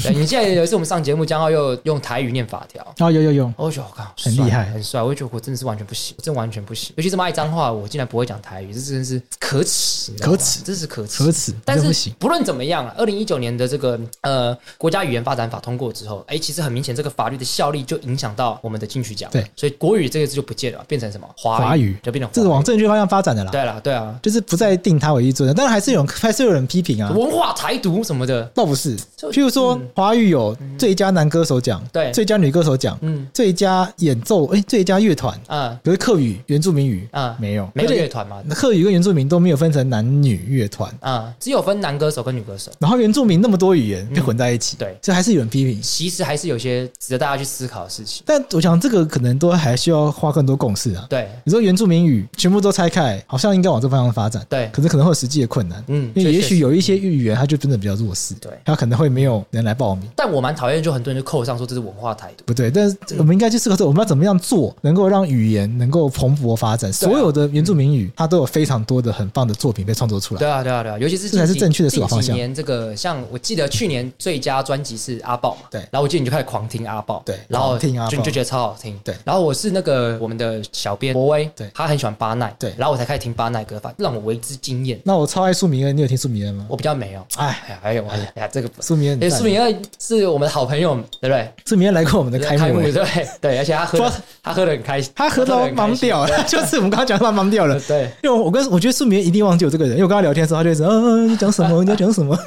Speaker 3: 对，你现在有一次我们上节目，江浩佑用台语念法条，
Speaker 4: 哦，有有有，
Speaker 3: 我就觉得我靠，
Speaker 4: 很
Speaker 3: 帅
Speaker 4: 厉害
Speaker 3: 很帅。我就觉得我真的是完全不行，我真的完全不行。尤其这么爱脏话，我竟然不会讲台语，这真的是可耻，你知道吗
Speaker 4: 可耻
Speaker 3: 这是可耻，
Speaker 4: 可耻
Speaker 3: 但
Speaker 4: 真
Speaker 3: 是
Speaker 4: 不行
Speaker 3: 不论怎么样啊，二零一九年的这个呃国家语言发展法通过之后，哎，其实很明显，这个法律的效力就影响到我们的金曲奖。
Speaker 4: 对
Speaker 3: 所以国语这个字就不见了，变成什么华
Speaker 4: 华语
Speaker 3: 就变成华
Speaker 4: 这是往正确方向发展的啦。
Speaker 3: 对了，对啊，
Speaker 4: 就是不再定它为一尊，当然还是有人还是有人批评啊。
Speaker 3: 文化台独什么的，
Speaker 4: 倒不是，
Speaker 3: 就
Speaker 4: 譬如说
Speaker 3: 嗯
Speaker 4: 华语有最佳男歌手奖、
Speaker 3: 对
Speaker 4: 最佳女歌手奖、
Speaker 3: 嗯
Speaker 4: 最佳演奏、哎、最佳乐团，
Speaker 3: 啊
Speaker 4: 可是客语、原住民语
Speaker 3: 啊，
Speaker 4: 没有，
Speaker 3: 没有
Speaker 4: 而且
Speaker 3: 乐团嘛，
Speaker 4: 客语跟原住民都没有分成男女乐团，
Speaker 3: 啊，只有分男歌手跟女歌手。
Speaker 4: 然后原住民那么多语言被混在一起，
Speaker 3: 对
Speaker 4: 所以还是有人批评。
Speaker 3: 其实还是有些值得大家去思考的事情。
Speaker 4: 但我想这个可能都还需要花更多共识啊。
Speaker 3: 对，
Speaker 4: 你说原住民语全部都拆开来，好像应该往这方向发展，
Speaker 3: 对
Speaker 4: 可是可能会有实际的困难，
Speaker 3: 嗯
Speaker 4: 因为也
Speaker 3: 确实
Speaker 4: 许有一些语言它就真的比较弱势，
Speaker 3: 对
Speaker 4: 它可能会没有人来报名。
Speaker 3: 但我蛮讨厌，就很多人就扣上说这是文化台独。
Speaker 4: 不对，但是我们应该去思考说，我们要怎么样做，能够让语言能够蓬勃发展。
Speaker 3: 啊
Speaker 4: 所有的原住民语，它都有非常多的很棒的作品被创作出来
Speaker 3: 对。啊，对啊，对啊，尤其是
Speaker 4: 这才
Speaker 3: 近
Speaker 4: 是
Speaker 3: 几
Speaker 4: 正嗯确的思
Speaker 3: 近
Speaker 4: 考方
Speaker 3: 几
Speaker 4: 向
Speaker 3: 年这个，像我记得去年最佳专辑是阿豹嘛，
Speaker 4: 对
Speaker 3: 然后我记得你就开始狂听阿豹，
Speaker 4: 对
Speaker 3: 然后
Speaker 4: 狂听阿
Speaker 3: 就
Speaker 4: 豹
Speaker 3: 你就觉得超好听，
Speaker 4: 对
Speaker 3: 然后我是那个我们的小编博威，
Speaker 4: 对
Speaker 3: 他很喜欢巴奈，
Speaker 4: 对
Speaker 3: 然后我才开始听巴奈歌法，让我为之惊艳。
Speaker 4: 那我超爱苏明恩，你有听苏明恩吗？
Speaker 3: 我比较没有，
Speaker 4: 哎，
Speaker 3: 哎呀，哎呦，哎呀哎呀，这个不。
Speaker 4: 苏明恩
Speaker 3: 哎，
Speaker 4: 很赞，
Speaker 3: 苏明二是我们的好朋友，对不对？
Speaker 4: 苏明恩来过我们的开幕，
Speaker 3: 对
Speaker 4: 欸
Speaker 3: 对，而且他喝
Speaker 4: 不
Speaker 3: 的他喝的很开心，
Speaker 4: 他合
Speaker 3: 喝
Speaker 4: 到
Speaker 3: 得很开
Speaker 4: 盲
Speaker 3: 心
Speaker 4: 掉了，就是我们刚刚讲到他盲掉了。
Speaker 3: 对，
Speaker 4: 因为我跟我觉得苏明恩一定忘记我这个人，因为我跟他聊天的时候，他就一直嗯嗯嗯你讲什么，你在讲什 么，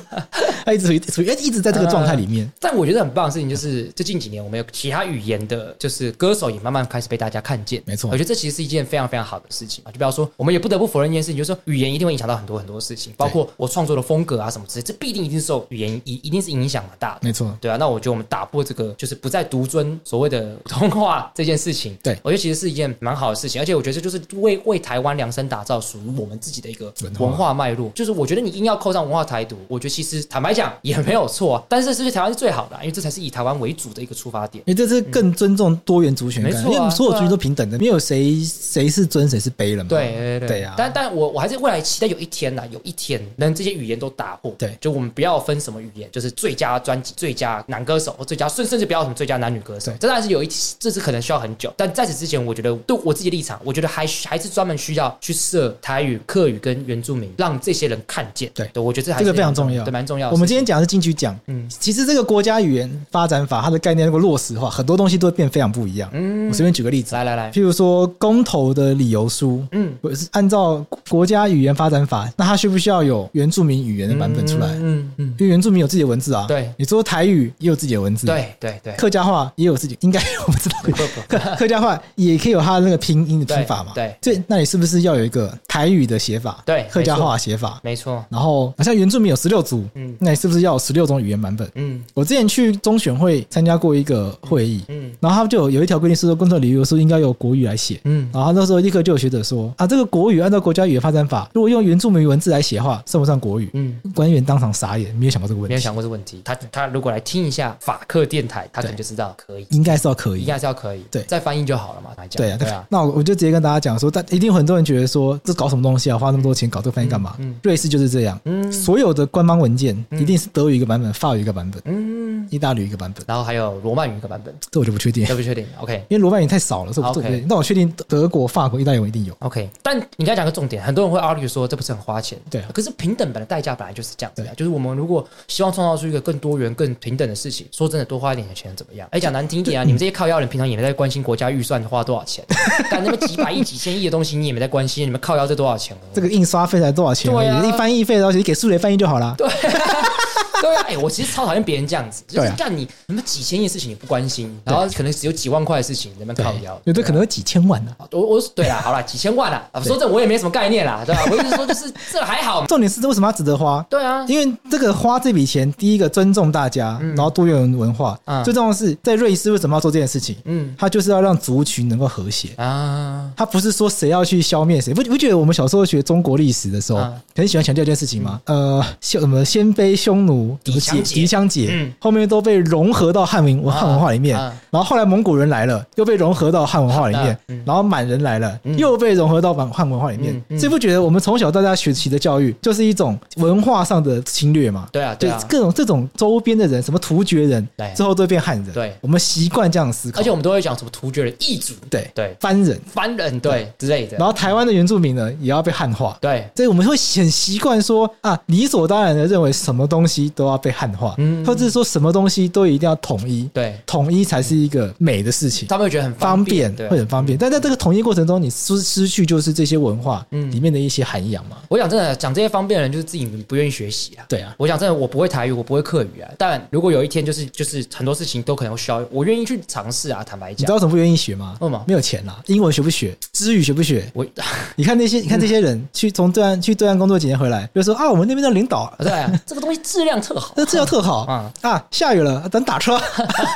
Speaker 4: 他一直处于处于一直在这个状态里面。
Speaker 3: 但我觉得很棒的事情就是，这近几年我们有其他语言的，就是歌手也慢慢开始被大家看见。
Speaker 4: 没错
Speaker 3: 我觉得这其实是一件非常非常好的事情啊！就比方说，我们也不得不否认一件事情，就是说语言一定会影响到很多很多事情，包括我创作的风格啊什么之类，这必定一定是受语言一一定是影响很大的。
Speaker 4: 没错
Speaker 3: 对啊，那我觉得我们打破这个就是不再独尊所谓的普通话这件事情，
Speaker 4: 对
Speaker 3: 我觉得其实是一件蛮好的事情，而且我觉得这就是为为台湾量身打造属于我们自己的一个
Speaker 4: 文化
Speaker 3: 文化脉络。就是我觉得你硬要扣上文化台独，我觉得其实坦白讲也没有错啊，但是这是台湾是最好的啊、因为这才是以台湾为主的一个出发点。
Speaker 4: 因为这是更尊重多元族群的概念，
Speaker 3: 没错啊啊
Speaker 4: 因为所有族群都平等的，没有谁谁是尊谁是卑了嘛。
Speaker 3: 对对对
Speaker 4: 对啊，
Speaker 3: 但但我我还是未来期待有一天呐，有一天能这些语言都打破。
Speaker 4: 对
Speaker 3: 就我们不要分什么语言，就是最佳专辑、最佳男歌手或最佳，甚甚至不要什么最佳男女歌手
Speaker 4: 对。
Speaker 3: 这当然是有一，这是可能需要很久。但在此之前，我觉得对我自己的立场，我觉得还需还是专门需要去设台语、客语跟原住民，让这些人看见。
Speaker 4: 对
Speaker 3: 对，我觉得这还
Speaker 4: 这
Speaker 3: 是
Speaker 4: 个非常重要，
Speaker 3: 对，蛮重要的事情。
Speaker 4: 我们今天讲的是金曲奖，
Speaker 3: 嗯
Speaker 4: 嗯，其实这个国家语言发展法它的概念如果落实的话，很多东西都会变非常不一样。嗯，我随便举个例子，
Speaker 3: 来来来，
Speaker 4: 譬如说公投的理由书，
Speaker 3: 嗯
Speaker 4: 嗯，是按照国家语言发展法，那它需不需要有原住民语言的版本出来？
Speaker 3: 嗯嗯，
Speaker 4: 因为原住民有自己的文字啊，
Speaker 3: 对
Speaker 4: 你说台语也有自己的文字，。
Speaker 3: 对对对，
Speaker 4: 客家话也有自己，应该我不知 道
Speaker 3: 不不
Speaker 4: 客客家话也可以有它的那个拼音的拼法嘛？
Speaker 3: 对
Speaker 4: 所以那你是不是要有一个台语的写法？
Speaker 3: 对
Speaker 4: 客家
Speaker 3: 没错
Speaker 4: 话的写法，
Speaker 3: 没错，
Speaker 4: 然后好像原住民有十六族，
Speaker 3: 嗯
Speaker 4: 嗯，那你是不是要有十六种语言版本？
Speaker 3: 嗯
Speaker 4: 我之前去中选会参加过一个会议，
Speaker 3: 嗯
Speaker 4: 然后他们就有有一条规定是说，工作理由书应该由国语来写。
Speaker 3: 嗯，
Speaker 4: 然后那时候立刻就有学者说啊，这个国语按照国家语言发展法，如果用原住民文字来写的话，算不算国语？
Speaker 3: 嗯
Speaker 4: 嗯，官员当场傻眼，没有想到这个问
Speaker 3: 没有
Speaker 4: 题，
Speaker 3: 想过这个问题。他他如果来听一下法克电台，他可能就知道可以。
Speaker 4: 应该是要可以
Speaker 3: 应。该是要可以，
Speaker 4: 对
Speaker 3: 再翻译就好了嘛，来讲，
Speaker 4: 对啊，
Speaker 3: 对啊，
Speaker 4: 那我我就直接跟大家讲说，但一定有很多人觉得说，这搞什么东西啊，花那么多钱搞这个翻译干
Speaker 3: 嗯
Speaker 4: 嘛？瑞士就是这样，所有的官方文件一定是德语一个版本，法语一个版本，
Speaker 3: 嗯，
Speaker 4: 意大利语一个版本，
Speaker 3: 然后还有罗曼语一个版本，
Speaker 4: 这我就不确定，
Speaker 3: 这不确定。OK
Speaker 4: 因为罗曼语太少了，所以我不
Speaker 3: OK
Speaker 4: 确定。但我确定德国、法国、意大利文一定有。
Speaker 3: OK，但你刚才讲个重点，很多人会 argue 说这不是很花钱，
Speaker 4: 对啊
Speaker 3: 可是平等本来代价本来就是这样子的，啊就是我们如果希望创造出一个更多元、更平等的事情，说真的，多花一点钱怎么样？哎，讲难听一点啊，你们这些靠腰人平常也没在关心国家预算花多少 钱，干那么几百亿、几千亿的东西你也没在关心，你们靠腰这多少钱？
Speaker 4: 这个印刷费才多少钱而已？
Speaker 3: 对啊
Speaker 4: 一翻译费，然后你给数学翻译就好了。
Speaker 3: 对啊，哎、我其实超讨厌别人这样子，就
Speaker 4: 对
Speaker 3: 是
Speaker 4: 啊
Speaker 3: 干你什么几千亿的事情你不关心，然后可能只有几万块的事情你在那边靠腰，啊
Speaker 4: 有的可能有几千万呢、
Speaker 3: 我我对啦，好啦，几千万啦，啊说真的我也没什么概念啦，对吧、我一直说就是这还好，
Speaker 4: 重点是为什么要值得花？
Speaker 3: 对啊，
Speaker 4: 因为这个花这笔钱，第一个尊重大家，然后多元文化，
Speaker 3: 嗯
Speaker 4: 最重要的是在瑞士为什么要做这件事情？
Speaker 3: 嗯
Speaker 4: 它就是要让族群能够和谐。
Speaker 3: 啊，
Speaker 4: 它不是说谁要去消灭谁，不不觉得我们小时候学中国历史的时候，
Speaker 3: 嗯
Speaker 4: 很喜欢强调一件事情吗？呃，像什么鲜卑、匈奴、
Speaker 3: 抵
Speaker 4: 什
Speaker 3: 羌
Speaker 4: 么
Speaker 3: 节
Speaker 4: 狄羌节，
Speaker 3: 嗯
Speaker 4: 后面都被融合到汉民文
Speaker 3: 啊
Speaker 4: 汉文化里面，
Speaker 3: 啊
Speaker 4: 然后后来蒙古人来了，又被融合到汉文化里面，
Speaker 3: 嗯
Speaker 4: 然后满人来了，
Speaker 3: 嗯
Speaker 4: 又被融合到满汉文化里面，
Speaker 3: 嗯嗯
Speaker 4: 所以不觉得我们从小到大学习的教育就是一种文化上的侵略吗？
Speaker 3: 对啊，对啊，
Speaker 4: 各种这种周边的人，什么突厥人
Speaker 3: 对，
Speaker 4: 之后都会变汉人。
Speaker 3: 对
Speaker 4: 我们习惯这样思考，
Speaker 3: 而且我们都会讲什么突厥人、异族、
Speaker 4: 对
Speaker 3: 对
Speaker 4: 番人，
Speaker 3: 番人对之类的，
Speaker 4: 然后台湾的原住民呢也要被汉化，
Speaker 3: 对
Speaker 4: 所以我们会很习惯说啊，理所当然的认为什么东西都要被汉化，
Speaker 3: 嗯
Speaker 4: 或者是说什么东西都一定要统一，
Speaker 3: 对，
Speaker 4: 统一才是一个美的事情，
Speaker 3: 他们会觉得很
Speaker 4: 方
Speaker 3: 便，
Speaker 4: 便
Speaker 3: 对
Speaker 4: 会很方便。但在这个统一过程中，你失失去就是这些文化
Speaker 3: 嗯
Speaker 4: 里面的一些涵养嘛。
Speaker 3: 我讲真的，讲这些方便的人就是自己不愿意学习啊。
Speaker 4: 对啊
Speaker 3: 我讲真的，我不会台语，我不会客语啊。但如果有一天，就是就是很多事情都可能需要，我愿意去尝试啊。坦白
Speaker 4: 你知道
Speaker 3: 讲，
Speaker 4: 为什么不愿意学吗？
Speaker 3: 为什么
Speaker 4: 没有钱啦，英文学不学，知语学不学？
Speaker 3: 我
Speaker 4: 你看那些，你看这些
Speaker 3: 嗯
Speaker 4: 人去从对岸去对岸工作几年回来，就说啊，我们那边的领导
Speaker 3: 对啊，这个东西质量特好，
Speaker 4: 那治疗特好
Speaker 3: 啊
Speaker 4: 啊，下雨了，咱打车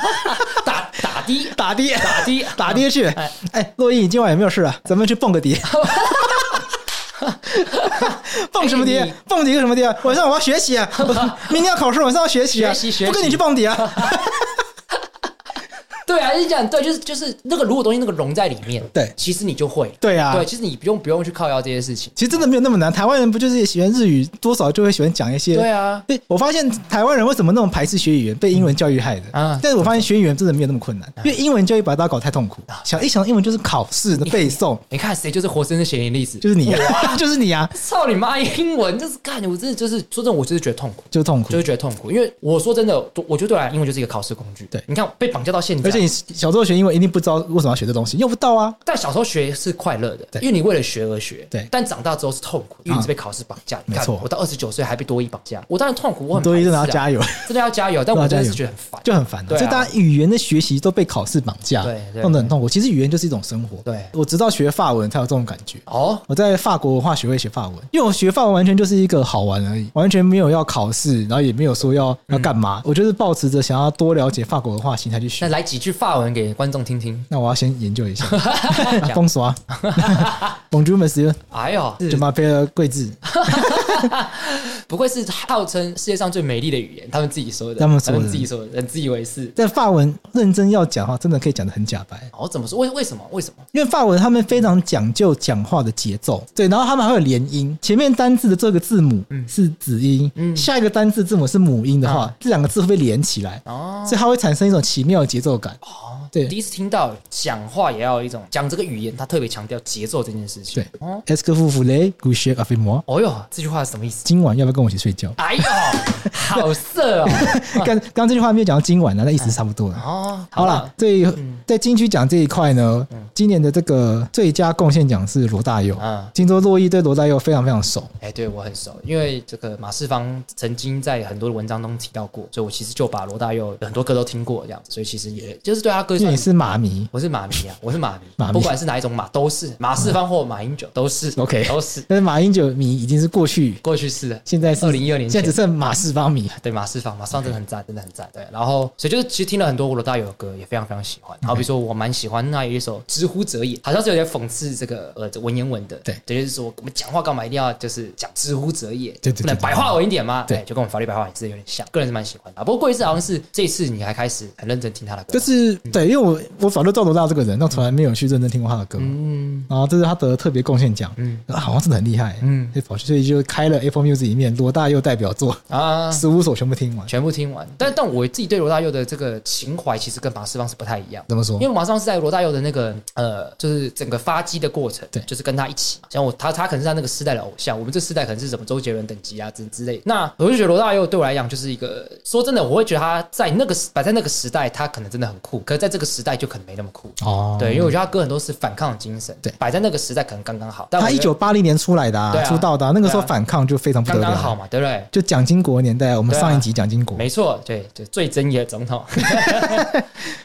Speaker 3: 打打的
Speaker 4: 打的。
Speaker 3: 打的
Speaker 4: 打的去，
Speaker 3: 哎
Speaker 4: 哎，洛伊，你今晚有没有事啊？咱们去蹦个迪。 蹦什么迪
Speaker 3: 哎你？
Speaker 4: 蹦迪个什么迪啊？晚上我要学习啊！ 明天要考试，晚上要学习啊！
Speaker 3: 学习学习
Speaker 4: 不跟你去蹦迪 啊！
Speaker 3: 对啊，就是讲对，就是就是那个如果东西那个融在里面，
Speaker 4: 对
Speaker 3: 其实你就会了。
Speaker 4: 对啊
Speaker 3: 对，其实你不用不用去靠腰这些事情。
Speaker 4: 其实真的没有那么难。台湾人不就是也喜欢日语，多少就会喜欢讲一些。
Speaker 3: 对啊，
Speaker 4: 对，我发现台湾人为什么那么排斥学语言，被英文教育害的
Speaker 3: 啊
Speaker 4: 但是我发现学语言真的没有那么困难，因为英文教育把大家搞太痛苦。
Speaker 3: 啊
Speaker 4: 想一想，英文就是考试的背诵，
Speaker 3: 你看谁就是活生生血淋例子，
Speaker 4: 就是你啊， 就是你啊，
Speaker 3: 操你妈！英文就是干，我真的就是说真的，我就是觉得痛苦。
Speaker 4: 就是痛苦
Speaker 3: 就。会觉得痛苦，因为我说真的，我觉得对我来讲，英文就是一个考试工具。
Speaker 4: 对
Speaker 3: 你看被绑架到现在，
Speaker 4: 而且你小时候学英文一定不知道为什么要学这东西，用不到啊。
Speaker 3: 但小时候学是快乐的，
Speaker 4: 对
Speaker 3: 因为你为了学而学。
Speaker 4: 对嗯
Speaker 3: 但长大之后是痛苦，因为你是被考试绑架。你看
Speaker 4: 没错
Speaker 3: 我到二十九岁还被多一绑架，我当然痛苦，我很
Speaker 4: 多一真的要
Speaker 3: 排斥啊
Speaker 4: 加油，
Speaker 3: 真的要加油，但我真的是觉得很烦。
Speaker 4: 就很烦、
Speaker 3: 对啊
Speaker 4: 所以大家语言的学习都被考试绑架，
Speaker 3: 对对
Speaker 4: 弄得很痛苦。其实语言就是一种生活。
Speaker 3: 对
Speaker 4: 我直到学法文才有这种感觉。
Speaker 3: 哦，
Speaker 4: 我在法国文化学会学法文，因为我学法文完全就是一个好玩而已，完全没有要考试，然后也没有说要要干嘛。我就是抱持着想要多了解法国文化的心态去
Speaker 3: 嗯那
Speaker 4: 学。
Speaker 3: 来几句法文给观众听听。
Speaker 4: 那我要先研究一下， 封锁啊，Bonjour Monsieur，
Speaker 3: 哎呦，
Speaker 4: 就马佩尔贵字，
Speaker 3: 不愧是号称世界上最美丽的语言，他们自己说的，
Speaker 4: 他们说的
Speaker 3: 自己说的，很自以为是。
Speaker 4: 但法文认真要讲的话，真的可以讲的很假白。
Speaker 3: 哦，怎么说？为为什么？为什么？
Speaker 4: 因为法文他们非常讲究讲话的节奏，对，然后他们还会有连音，前面单字的这个字母是子音，下一个单字字母是母音的话，
Speaker 3: 啊
Speaker 4: 这两个字会被连起来，
Speaker 3: 哦
Speaker 4: 所以它会产生一种奇妙的节奏感。
Speaker 3: 哦，
Speaker 4: 对
Speaker 3: 第一次听到讲话也要有一种讲这个语言，他特别强调节奏这件事情
Speaker 4: 对。
Speaker 3: 哦，
Speaker 4: Est-ce que vous voulez coucher avec moi？
Speaker 3: 哦哟，这句话是什么意思？
Speaker 4: 今晚要不要跟我一起睡觉？
Speaker 3: 哎呦，好 色哦！
Speaker 4: 刚刚刚这句话没有讲到今晚啊呢，那意思是差不多了。
Speaker 3: 哦，
Speaker 4: 好嗯了，，最在金曲奖这一块呢，今年的这个最佳贡献奖是罗大佑
Speaker 3: 啊。
Speaker 4: 听说洛伊对罗大佑非常非常熟，
Speaker 3: 哎，对我很熟，因为这个马世芳曾经在很多的文章中提到过，所以我其实就把罗大佑很多歌都听过这样子，所以其实也就是对他歌
Speaker 4: 因为
Speaker 3: 算
Speaker 4: 你是马迷，
Speaker 3: 我是马迷啊，我是马迷，
Speaker 4: 马迷
Speaker 3: 不管是哪一种马都是马世芳或马英九都是
Speaker 4: OK
Speaker 3: 都是
Speaker 4: 但是马英九迷已经是过去
Speaker 3: 过去式的。
Speaker 4: 现在是
Speaker 3: 2012年前
Speaker 4: 现在只剩马氏方米。
Speaker 3: 对马啊世芳，马世芳真的很赞，真的很赞。对，然后所以就是其实听了很多罗大佑的歌，也非常非常喜欢。好比说，我蛮喜欢那有一首《知乎者也》，好像是有点讽刺这个呃这文言文的。
Speaker 4: 对
Speaker 3: 就是说我们讲话干嘛一定要就是讲“知乎者也”，
Speaker 4: 对对对
Speaker 3: 不能白话文一点吗？
Speaker 4: 对
Speaker 3: 哎就跟我们法律白话文是有点像。个人是蛮喜欢的啊，不过过一次好像是这一次你还开始很认真听他的歌，
Speaker 4: 就是对，因为我我早就知道罗大佑这个人，但从来没有去认真听过他的歌。
Speaker 3: 嗯，
Speaker 4: 然后这是他得了特别贡献奖，
Speaker 3: 嗯
Speaker 4: 啊好像真的很厉害，
Speaker 3: 嗯
Speaker 4: 所以跑去所以就开了 Apple Music 里面罗大佑代表作
Speaker 3: 啊，
Speaker 4: 十五首全部听完，
Speaker 3: 全部听完。但但我自己对罗大佑的这个情怀，其实跟马世芳是不太一样。
Speaker 4: 怎么说
Speaker 3: 因为？马世芳是在罗大佑的那个呃，就是整个发迹的过程，
Speaker 4: 对
Speaker 3: 就是跟他一起嘛。像我他他可能是他那个时代的偶像，我们这时代可能是什么周杰伦等级啊之之类的。那我就觉得罗大佑对我来讲就是一个，说真的，我会觉得他在那个时摆在那个时代，他可能真的很酷，可是在这个时代就可能没那么酷。
Speaker 4: 哦
Speaker 3: 对，因为我觉得他歌很多是反抗的精神，
Speaker 4: 对
Speaker 3: 摆在那个时代可能刚刚好。但我
Speaker 4: 他
Speaker 3: 觉
Speaker 4: 一
Speaker 3: 得
Speaker 4: 九八零年出来的、
Speaker 3: 对
Speaker 4: 啊，
Speaker 3: 啊
Speaker 4: 出道的、啊，那个时候
Speaker 3: 对啊
Speaker 4: 反抗就非常不得
Speaker 3: 刚
Speaker 4: 了，
Speaker 3: 刚好嘛，对不对？
Speaker 4: 就蒋经国的年代，我们
Speaker 3: 对啊
Speaker 4: 上一集蒋经国，
Speaker 3: 没错，对对，最正义的总统。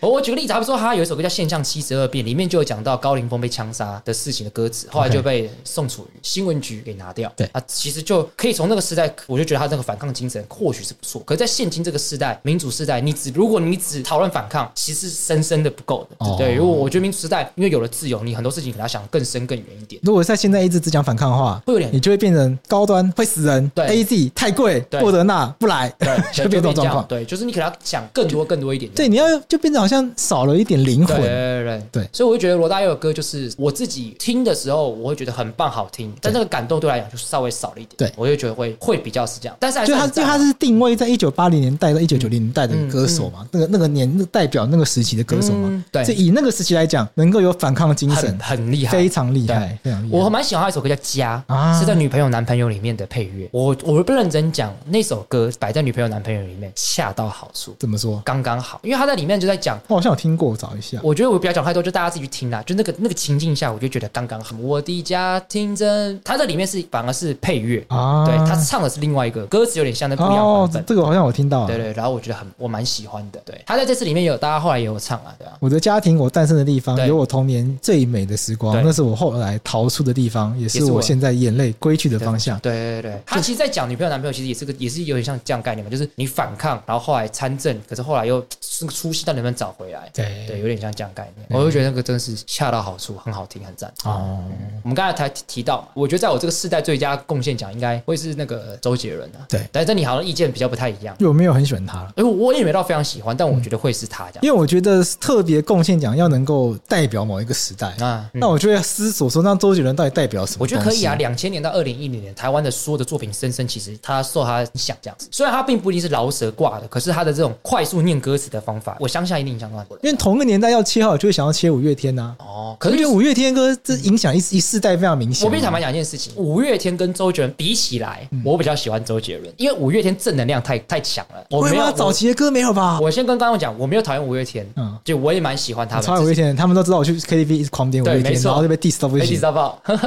Speaker 3: 我我举个例子，他们说他有一首歌叫《现象七十二变》，里面就有讲到高凌风被枪杀的事情的歌词，后来
Speaker 4: OK
Speaker 3: 就被宋楚瑜新闻局给拿掉。
Speaker 4: 对
Speaker 3: 啊，其实就可以从那个时代，我就觉得他这个反抗精神或许是不错。可是在现今这个时代，民主时代，你只如果你只讨论反抗，其实是深深的不够的。
Speaker 4: 哦
Speaker 3: 对，如果我觉得民主时代，因为有了自由，你很多事情可能要想更深更远一 点。
Speaker 4: 如果在现在一直只讲反抗的话，
Speaker 3: 会有点
Speaker 4: 你就会变成高端会死人，
Speaker 3: 对
Speaker 4: A Z 太贵，
Speaker 3: 对
Speaker 4: 莫德纳不来，
Speaker 3: 对，
Speaker 4: 就变这种
Speaker 3: 这
Speaker 4: 状
Speaker 3: 样。
Speaker 4: 况。
Speaker 3: 对，就是你可能要想更多更多一点。
Speaker 4: 对，你要就变得好像少了一点灵
Speaker 3: 对
Speaker 4: 魂。
Speaker 3: 对对
Speaker 4: 对
Speaker 3: 所以我就觉得罗大佑的歌就是我自己听的时候，我会觉得很棒好听，但那个感动对我来讲就是稍微少了一点。
Speaker 4: 对
Speaker 3: 我就觉得会会比较是这样，但是还是
Speaker 4: 就他，
Speaker 3: 很
Speaker 4: 因为
Speaker 3: 赞
Speaker 4: 他是定位在一九八零年代到一九九零年代的歌手嘛，那个那个年那个代表那个时期的歌手嘛
Speaker 3: 嗯，对
Speaker 4: 所以以那个时期来讲，能够有反抗精神
Speaker 3: 很，很厉害，
Speaker 4: 非常厉害
Speaker 3: 对，
Speaker 4: 非常厉害。
Speaker 3: 我蛮喜欢他一首歌叫《家》，
Speaker 4: 啊
Speaker 3: 是在《女朋友男朋友》里面的配乐。我我不认真讲，那首歌摆在《女朋友男朋友》里面恰到好处，
Speaker 4: 怎么说？
Speaker 3: 刚刚好，因为他在里面就在讲
Speaker 4: 我好像有听过，我找一下。
Speaker 3: 我觉得我不要讲太多，就大家自己去听啦。就那个那个情境下，我就觉得刚刚好。我的家听着，他在里面是反而是配乐
Speaker 4: 啊
Speaker 3: 对他唱的是另外一个歌词，有点像但不一样
Speaker 4: 哦
Speaker 3: 版本。，
Speaker 4: 这个好像我听到。啊
Speaker 3: 对对，然后我觉得很我蛮喜欢的。对，他在这次里面有，大家后来也有唱啊，对啊。
Speaker 4: 我的家庭，我诞生的地方，
Speaker 3: 对
Speaker 4: 有我童年最美的时光
Speaker 3: 对，
Speaker 4: 那是我后来逃出的地方，也是
Speaker 3: 也是
Speaker 4: 我
Speaker 3: 我
Speaker 4: 现在眼泪归去的方向。
Speaker 3: 对对对对，他其实，在讲女朋友男朋友，其实也是个也是有点像这样概念嘛，就是你反抗，然后后来参政，可是后来又是个初心，但能不能找回来？
Speaker 4: 对嗯
Speaker 3: 对，有点像这样概念。我就觉得那个真的是恰到好处，很好听，很赞。
Speaker 4: 哦，
Speaker 3: 我们刚才才提提到嘛，我觉得在我这个世代最佳贡献奖应该会是那个周杰伦啊。
Speaker 4: 对
Speaker 3: 但但你好像意见比较不太一样。
Speaker 4: 因为我没有很喜欢他了。
Speaker 3: 哎，我也没到非常喜欢，但我觉得会是他这样。
Speaker 4: 因为我觉得特别贡献奖要能够代表某一个时代，
Speaker 3: 啊，嗯
Speaker 4: 那我就会思索说，那周杰伦到底代表什么？
Speaker 3: 我觉得可以啊。，两千年到二零一零年，台湾的所有的作品深深，其实他受他影响这样子。虽然他并不一定是饶舌挂的，可是他的这种快速念歌词的方法，我相信一定影响到很多人。
Speaker 4: 因为同个年代要切号，就会想要切五月天呐、啊。
Speaker 3: 哦，可
Speaker 4: 可
Speaker 3: 是
Speaker 4: 是觉得五月天歌这影响一一世代非常明显。
Speaker 3: 我必须坦白讲一件事情，五月天跟周杰伦比起来，
Speaker 4: 嗯
Speaker 3: 我比较喜欢周杰伦，因为五月天正能量太太强了。我
Speaker 4: 我
Speaker 3: 没
Speaker 4: 没
Speaker 3: 有
Speaker 4: 有
Speaker 3: 我
Speaker 4: 早期的歌没有吧？
Speaker 3: 我先跟观众讲，我没有讨厌五月天，
Speaker 4: 嗯
Speaker 3: 就我也蛮喜欢他
Speaker 4: 我
Speaker 3: 们。
Speaker 4: 超爱五月天，他们都知道我去 KTV 一直狂点五
Speaker 3: 对
Speaker 4: 月天
Speaker 3: 没，错
Speaker 4: 然后就被 diss 到不
Speaker 3: 被 diss
Speaker 4: 行。
Speaker 3: 到爆，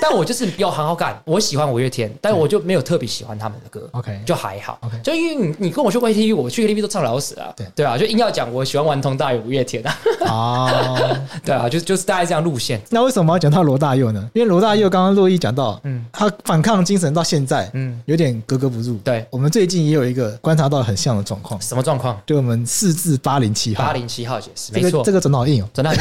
Speaker 3: 但我就是有很好感，我喜欢五月天，但我就没有特别喜欢他们的歌
Speaker 4: OK
Speaker 3: 就还好
Speaker 4: OK
Speaker 3: 就因为你你跟我去 KTV，我去 KTV 都唱老死啊，
Speaker 4: 对
Speaker 3: 对啊，就硬要讲我喜欢顽童大于五月天啊，
Speaker 4: 哦，
Speaker 3: 对啊，就就是大概这样路线，
Speaker 4: 那为什么要讲到罗大佑呢？因为罗大佑刚刚洛伊讲到，嗯
Speaker 3: 嗯，
Speaker 4: 他反抗精神到现在，嗯
Speaker 3: 嗯，
Speaker 4: 有点格格不入。
Speaker 3: 对
Speaker 4: 我们最近也有一个观察到很像的状况，
Speaker 3: 什么状况？
Speaker 4: 就我们四至八零七号，
Speaker 3: 八零七号解释，
Speaker 4: 这
Speaker 3: 没
Speaker 4: 个
Speaker 3: 错，
Speaker 4: 这个转的好硬哦，
Speaker 3: 真的很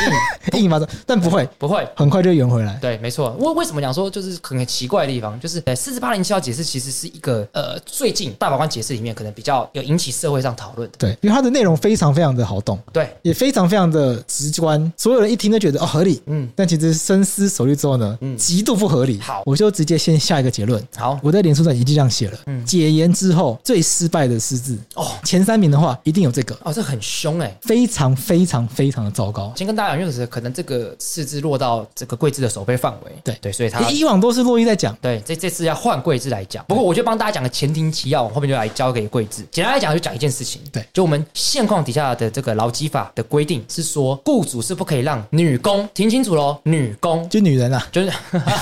Speaker 3: 硬，
Speaker 4: 硬吧？但不会，
Speaker 3: 不会。
Speaker 4: 很快就圆回来。
Speaker 3: 对，没错。为为什么讲说就是很奇怪的地方，就是呃，四十八零七号解释其实是一个呃，最近大法官解释里面可能比较有引起社会上讨论的。
Speaker 4: 对，因为它的内容非常非常的好懂，
Speaker 3: 对，
Speaker 4: 也非常非常的直观，所有人一听都觉得哦合理，嗯
Speaker 3: 嗯，
Speaker 4: 但其实深思熟虑之后呢，
Speaker 3: 嗯
Speaker 4: 极度不合理。
Speaker 3: 好
Speaker 4: 我就直接先下一个结论。
Speaker 3: 好
Speaker 4: 我在脸书上已经这样写了，
Speaker 3: 嗯
Speaker 4: 解严之后最失败的失字，
Speaker 3: 哦
Speaker 4: 前三名的话一定有这个，
Speaker 3: 哦，这很凶哎、
Speaker 4: 非常非常非常的糟糕。
Speaker 3: 先跟大家讲，因为是可能这个四肢落到这个桂枝的手背范围，
Speaker 4: 对
Speaker 3: 对，所以他
Speaker 4: 以往都是洛伊在讲，
Speaker 3: 对这这次要换桂枝来讲。不过我就帮大家讲个前庭提要，我后面就来交给桂枝。简单来讲，就讲一件事情，
Speaker 4: 对
Speaker 3: 就我们现况底下的这个劳基法的规定是说，雇主是不可以让女工，听清楚喽，女工。
Speaker 4: 就女人啊，
Speaker 3: 就是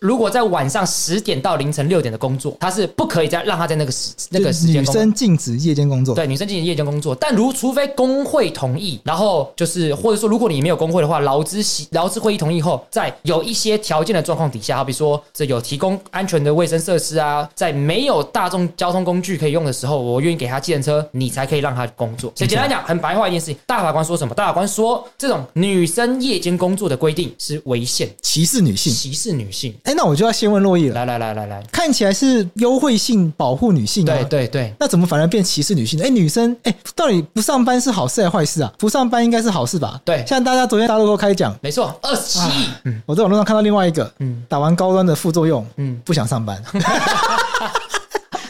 Speaker 3: 如果在晚上十点到凌晨六点的工作，他是不可以再让他在那个时那个时
Speaker 4: 就
Speaker 3: 间工
Speaker 4: 女
Speaker 3: 作
Speaker 4: 生禁止夜间工作，
Speaker 3: 对女生进行夜间工作，但如除非工会同意，然后就是或者说如果你没有工会的话，劳资协劳资会议同意后，在有一些条件的状况底下，好比说这有提供安全的卫生设施啊，在没有大众交通工具可以用的时候，我愿意给他计程车，你才可以让他工作。所以简单讲，很白话一件事情，大法官说什么？大法官说这种女生夜间工作的规定是违宪，
Speaker 4: 歧视女性。
Speaker 3: 歧视女性。
Speaker 4: 哎，那我就要先问洛伊了，
Speaker 3: 来来来来来，
Speaker 4: 看起来是优惠性保护女性啊，
Speaker 3: 对对对，
Speaker 4: 那怎么反而变歧视女性呢？哎，女生，哎，到底不上班是好事还是坏事啊？不上班应该是好事吧？
Speaker 3: 对
Speaker 4: 像大家昨天大陆都开讲，
Speaker 3: 没错，二十蜥
Speaker 4: 啊
Speaker 3: 蜴，嗯
Speaker 4: 我在网络上看到另外一个，
Speaker 3: 嗯
Speaker 4: 打完高端的副作用，
Speaker 3: 嗯，
Speaker 4: 不 想上班。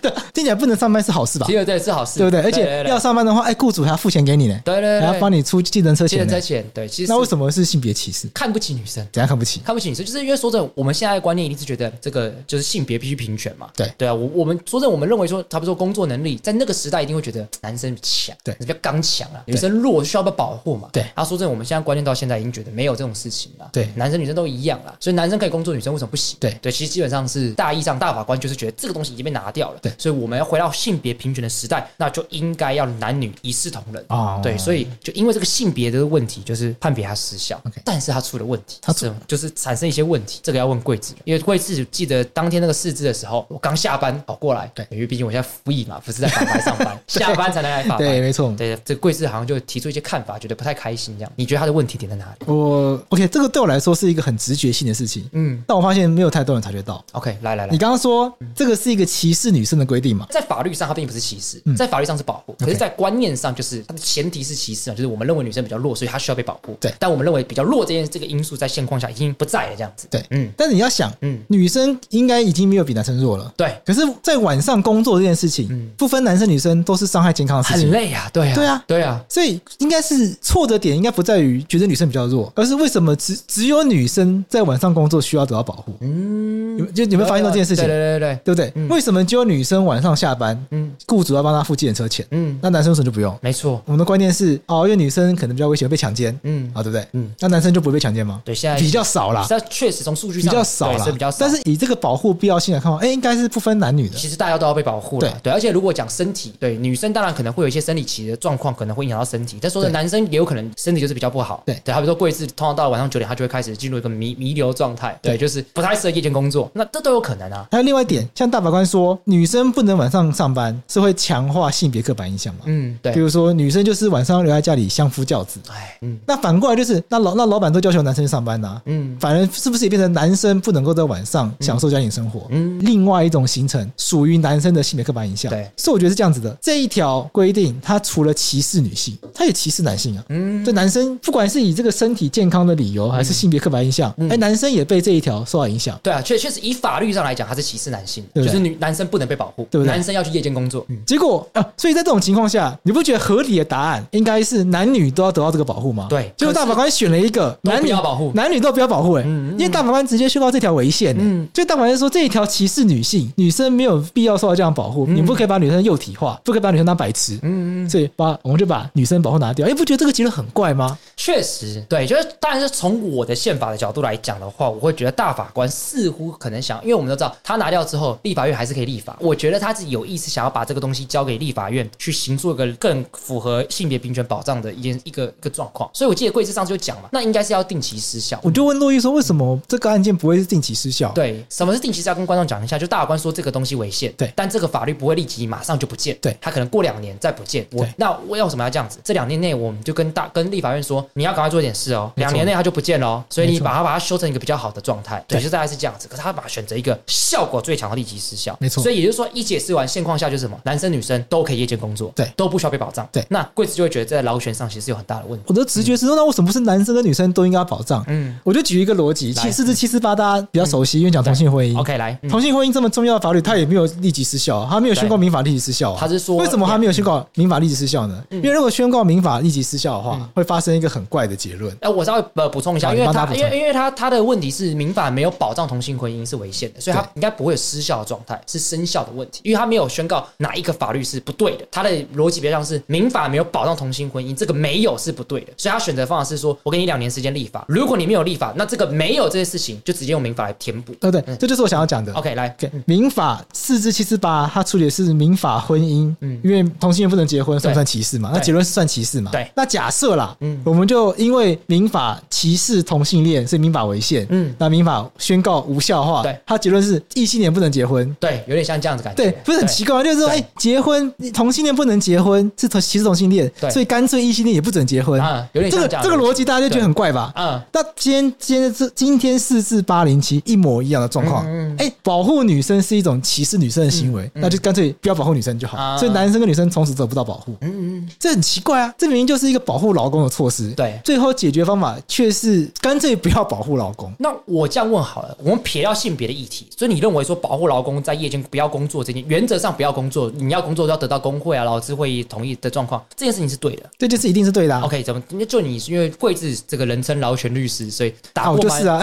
Speaker 4: 对，听起来不能上班是好事吧？
Speaker 3: 只有这是好事，
Speaker 4: 对不对？而
Speaker 3: 对
Speaker 4: 且
Speaker 3: 对
Speaker 4: 要上班的话，哎，雇主还要付钱给你呢，
Speaker 3: 对对对，
Speaker 4: 还要帮
Speaker 3: 你
Speaker 4: 你出计程车
Speaker 3: 现
Speaker 4: 钱
Speaker 3: 在
Speaker 4: 呢
Speaker 3: 在。钱，对，其实
Speaker 4: 那为
Speaker 3: 么
Speaker 4: 什么是性别歧视？
Speaker 3: 看不起女生？
Speaker 4: 怎样看不起？
Speaker 3: 看不起女生，就是因为说真的，我们现在的观念一定是觉得这个就是性别必须平权嘛。
Speaker 4: 对
Speaker 3: 对啊，我我们说真的，我们认为说，差不多工作能力在那个时代一定会觉得男生强，
Speaker 4: 对
Speaker 3: 比较刚强啊，
Speaker 4: 对
Speaker 3: 女生弱需要被保护嘛。
Speaker 4: 对
Speaker 3: 啊，说真的，我们现在观念到现在已经觉得没有这种事情了。
Speaker 4: 对
Speaker 3: 男生女生都一样啦，所以男生可以工作，女生为什么不行？
Speaker 4: 对
Speaker 3: 对，其实基本上是大意上大法官就是觉得这个东西已经被拿掉了。
Speaker 4: 对
Speaker 3: 所以我们要回到性别平权的时代，那就应该要男女一视同仁。
Speaker 4: 哦
Speaker 3: 对，所以就因为这个性别的问题，就是判别它失效。
Speaker 4: OK
Speaker 3: 但是它出了问题，
Speaker 4: 它出
Speaker 3: 是就是产生一些问题，这个要问贵子，因为贵子记得当天那个试制的时候，我刚下班跑过来，
Speaker 4: 对
Speaker 3: 因为毕竟我现在服役嘛，不是在法白上 班，下班才能来法
Speaker 4: 对，
Speaker 3: 白。
Speaker 4: 没错。
Speaker 3: 对，这个贵子好像就提出一些看法，觉得不太开心这样。你觉得他的问题点在哪里？
Speaker 4: 我 OK，这个对我来说是一个很直觉性的事情，
Speaker 3: 嗯
Speaker 4: 但我发现没有太多人察觉到。
Speaker 3: ，OK，来来来
Speaker 4: 你，刚刚说
Speaker 3: 嗯
Speaker 4: 这个是一个歧视女生的规定嘛？
Speaker 3: 在法律上它并不是歧视，
Speaker 4: 嗯
Speaker 3: 在法律上是保护，可是，
Speaker 4: OK
Speaker 3: 在观念上就是它的前提是歧视啊，就是我们认为女生比较弱，所以她需要被保护。
Speaker 4: 对
Speaker 3: 但我们认为比较弱这件这个因素在现况下已经不在了，这样子。
Speaker 4: 对
Speaker 3: 嗯
Speaker 4: 但是你要想，
Speaker 3: 嗯，
Speaker 4: 女生应该已经没有比男生弱了。
Speaker 3: 对，
Speaker 4: 可是，在晚上工作这件事
Speaker 3: 嗯
Speaker 4: 情，不分男生女生都是伤害健康的事
Speaker 3: 很
Speaker 4: 情。
Speaker 3: 累啊，对啊，
Speaker 4: 对啊
Speaker 3: 对啊，
Speaker 4: 所以，应该是错的点应该不在于觉得女生比较弱，而是为什么只只有女生在晚上工作需要得到保护？
Speaker 3: 嗯，
Speaker 4: 有就你有没有发现到这件事情？
Speaker 3: 对对对对，
Speaker 4: 对不对？
Speaker 3: 嗯
Speaker 4: 为什么只有女生晚上下班，
Speaker 3: 嗯
Speaker 4: 雇主要帮她付计程车钱，
Speaker 3: 嗯，
Speaker 4: 那男生为什么就不用？
Speaker 3: 没错，
Speaker 4: 我们的观念是，哦，因为女生可能比较危险会被强奸，
Speaker 3: 嗯
Speaker 4: 啊，对不对？
Speaker 3: 嗯
Speaker 4: 那男生就不会被强奸吗？
Speaker 3: 对，现在
Speaker 4: 比较少啦，
Speaker 3: 这确实从数据
Speaker 4: 比
Speaker 3: 上
Speaker 4: 较少
Speaker 3: 对
Speaker 4: 啦，
Speaker 3: 是比较少，
Speaker 4: 但是以这个保护必要性来看的话，哎，应该是不分男女的。
Speaker 3: 其实大家都要被保护了，
Speaker 4: 对
Speaker 3: 对，而且如果讲身体，对女生当然可能会有一些生理期的状况，可能会影响到身体。但说的
Speaker 4: 对
Speaker 3: 男生也有可能身体就是比较不好，
Speaker 4: 对
Speaker 3: 对，好比说桂枝，通常到了晚上九点，他就会开始进入一个弥弥留状态，对，
Speaker 4: 对
Speaker 3: 就是不太适合夜间工作，那这都有可能啊。
Speaker 4: 还有另外一点，像大法官说，女生不能晚上上班，是会强化性别刻板印象嘛？
Speaker 3: 嗯，对
Speaker 4: 比，如说，女生就是晚上留在家里相夫教子。
Speaker 3: 哎，嗯
Speaker 4: 那反过来就是，那老那老板都要求男生去上班呐、
Speaker 3: 嗯
Speaker 4: 反而是不是也变成男生不能够在晚上享受家庭生活？
Speaker 3: 嗯
Speaker 4: 另外一种形成属于男生的性别刻板印象。
Speaker 3: 对
Speaker 4: 所以我觉得是这样子的。这一条规定，它除了歧视女性，它也歧视男性啊。
Speaker 3: 嗯，
Speaker 4: 对男生，不管是以这个身体健康的理由，还是性别刻板印象，哎、
Speaker 3: 嗯
Speaker 4: 男生也被这一条受到影响。
Speaker 3: 对啊，确确实以法律上来讲，他是歧视男性的，
Speaker 4: 对不
Speaker 3: 就
Speaker 4: 对
Speaker 3: 是女男生不能被保护，
Speaker 4: 对不对
Speaker 3: 男生要去夜间工作，嗯，
Speaker 4: 结果啊，所以在这种情况下，你不觉得合理的答案应该是男女都要得到这个保护吗？
Speaker 3: 对
Speaker 4: 结果大法官选了一个
Speaker 3: 都
Speaker 4: 男
Speaker 3: 不
Speaker 4: 女
Speaker 3: 要保护
Speaker 4: 男女都不要保护、欸，
Speaker 3: 嗯嗯
Speaker 4: 因为大法官直接宣告这条违宪、欸，
Speaker 3: 嗯
Speaker 4: 所以大法官说这一条歧视女性，女生没有必要受到这样保护，你不可以把女生幼体化，不可以把女生当白痴，
Speaker 3: 嗯嗯嗯，
Speaker 4: 所以把我们就把女生保护拿掉，哎，不觉得这个结论很怪吗？
Speaker 3: 确实，对，就是当然是从我的宪法的角度来讲的话，我会觉得大法官似乎可能想，因为我们都知道他拿掉之后，立法院还是可以立法。我觉得他是有意思想要把这个东西交给立法院去行做一个更符合性别平权保障的一件一个一个状况。所以我记得贵志上次就讲嘛，那应该是要定期失效。
Speaker 4: 我就问洛伊说，为什么这个案件不会是定期失效？，
Speaker 3: 对，什么是定期失效？跟观众讲一下，就大法官说这个东西违宪，
Speaker 4: 对
Speaker 3: 但这个法律不会立即马上就不见，
Speaker 4: 对
Speaker 3: 他可能过两年再不见。我
Speaker 4: 对
Speaker 3: 那我要什么要这样子？这两年内我们就跟大跟立法院说，你要赶快做一点事哦，
Speaker 4: 没错
Speaker 3: 两年内它就不见了哦，所以
Speaker 4: 没
Speaker 3: 你
Speaker 4: 错
Speaker 3: 把它把它修成一个比较好的状态，对，
Speaker 4: 对
Speaker 3: 就大概是这样子。可是他把它选择一个效果最强的立即失效，
Speaker 4: 没错
Speaker 3: 所以也就是说，一解释完现况下就是什么，男生女生都可以夜间工作，
Speaker 4: 对
Speaker 3: 都不需要被保障，
Speaker 4: 对
Speaker 3: 那贵子就会觉得在劳权上其实有很大的问题，
Speaker 4: 我的直觉是说，那为什么不是男生跟女生都应该保障？
Speaker 3: 嗯
Speaker 4: 我就举一个逻辑，
Speaker 3: 来
Speaker 4: 七四至七四八大家比较熟悉，因为讲同性婚姻。
Speaker 3: ，OK，来，嗯
Speaker 4: 同性婚姻这么重要的法律，它也没有立即失效啊，它没有宣告民法立即失效啊。
Speaker 3: 他是说
Speaker 4: 为什么它没有宣告民法立即失效呢？
Speaker 3: 嗯
Speaker 4: 因为如果宣告民法立即失效的话，会发生一个很怪的结论。
Speaker 3: 哎、我稍微呃补充一下，
Speaker 4: 好
Speaker 3: 因为
Speaker 4: 你帮
Speaker 3: 他
Speaker 4: 他补
Speaker 3: 因
Speaker 4: 充
Speaker 3: 为因为他他的问题是民法没有保障同性婚姻是违宪的，所以他
Speaker 4: 对
Speaker 3: 应该不会有失效的状态，是生效的问题，因为他没有宣告哪一个法律是不对的，他的逻辑比较像是民法没有保障同性婚姻，这个没有是不对的，所以他选择方法是说我给你两年时间立法，如果你没有立法，那这个没有这些事情就直接用民法来填补。
Speaker 4: 对不对？这就是我想要讲的。
Speaker 3: OK，来嗯
Speaker 4: 嗯 OK，民法四至七四八，它处理的是民法婚姻，
Speaker 3: 嗯
Speaker 4: 因为同性恋不能结婚，算不算歧视嘛？那
Speaker 3: 对
Speaker 4: 结论是算歧视嘛？
Speaker 3: 对
Speaker 4: 那假设啦，
Speaker 3: 嗯
Speaker 4: 我们就因为民法歧视同性恋，所以民法违宪，
Speaker 3: 嗯
Speaker 4: 那民法宣告无效化，
Speaker 3: 对
Speaker 4: 它结论是异性恋不能结婚，
Speaker 3: 对，有点像这样子感觉。
Speaker 4: 对，不是很奇怪吗？就是说，
Speaker 3: 对
Speaker 4: 哎，结婚同性恋不能结婚，是同歧视同性恋，
Speaker 3: 对
Speaker 4: 所以干脆异性恋也不准结婚。
Speaker 3: 啊，有点
Speaker 4: 这
Speaker 3: 像
Speaker 4: 个
Speaker 3: 样
Speaker 4: 这个逻辑大家就觉得很怪吧？
Speaker 3: 啊，
Speaker 4: 那今天今天这今天四至八零七一模一样的状况，哎、
Speaker 3: 嗯嗯
Speaker 4: 保护女生是一种歧视女生的行为，
Speaker 3: 嗯
Speaker 4: 那就干脆不要保护女生就好，
Speaker 3: 啊
Speaker 4: 所以男生跟女生从此得不到保护，
Speaker 3: 嗯嗯，
Speaker 4: 这很奇怪啊！这明明就是一个保护老公的措施，
Speaker 3: 对
Speaker 4: 最后解决方法却是干脆不要保护老公。
Speaker 3: 那我这样问好了，我们撇掉性别的议题，所以你认为说保护劳工在夜间不要工作这件，原则上不要工作，你要工作要得到工会啊、劳资会议同意的状况，这件事情是对的。
Speaker 4: 这件事一定是对的、啊。
Speaker 3: OK，怎么？因为就你是因为贵志这个人称劳权律师，所以打
Speaker 4: 啊，
Speaker 3: 过
Speaker 4: 我就
Speaker 3: 蛮
Speaker 4: 是，啊，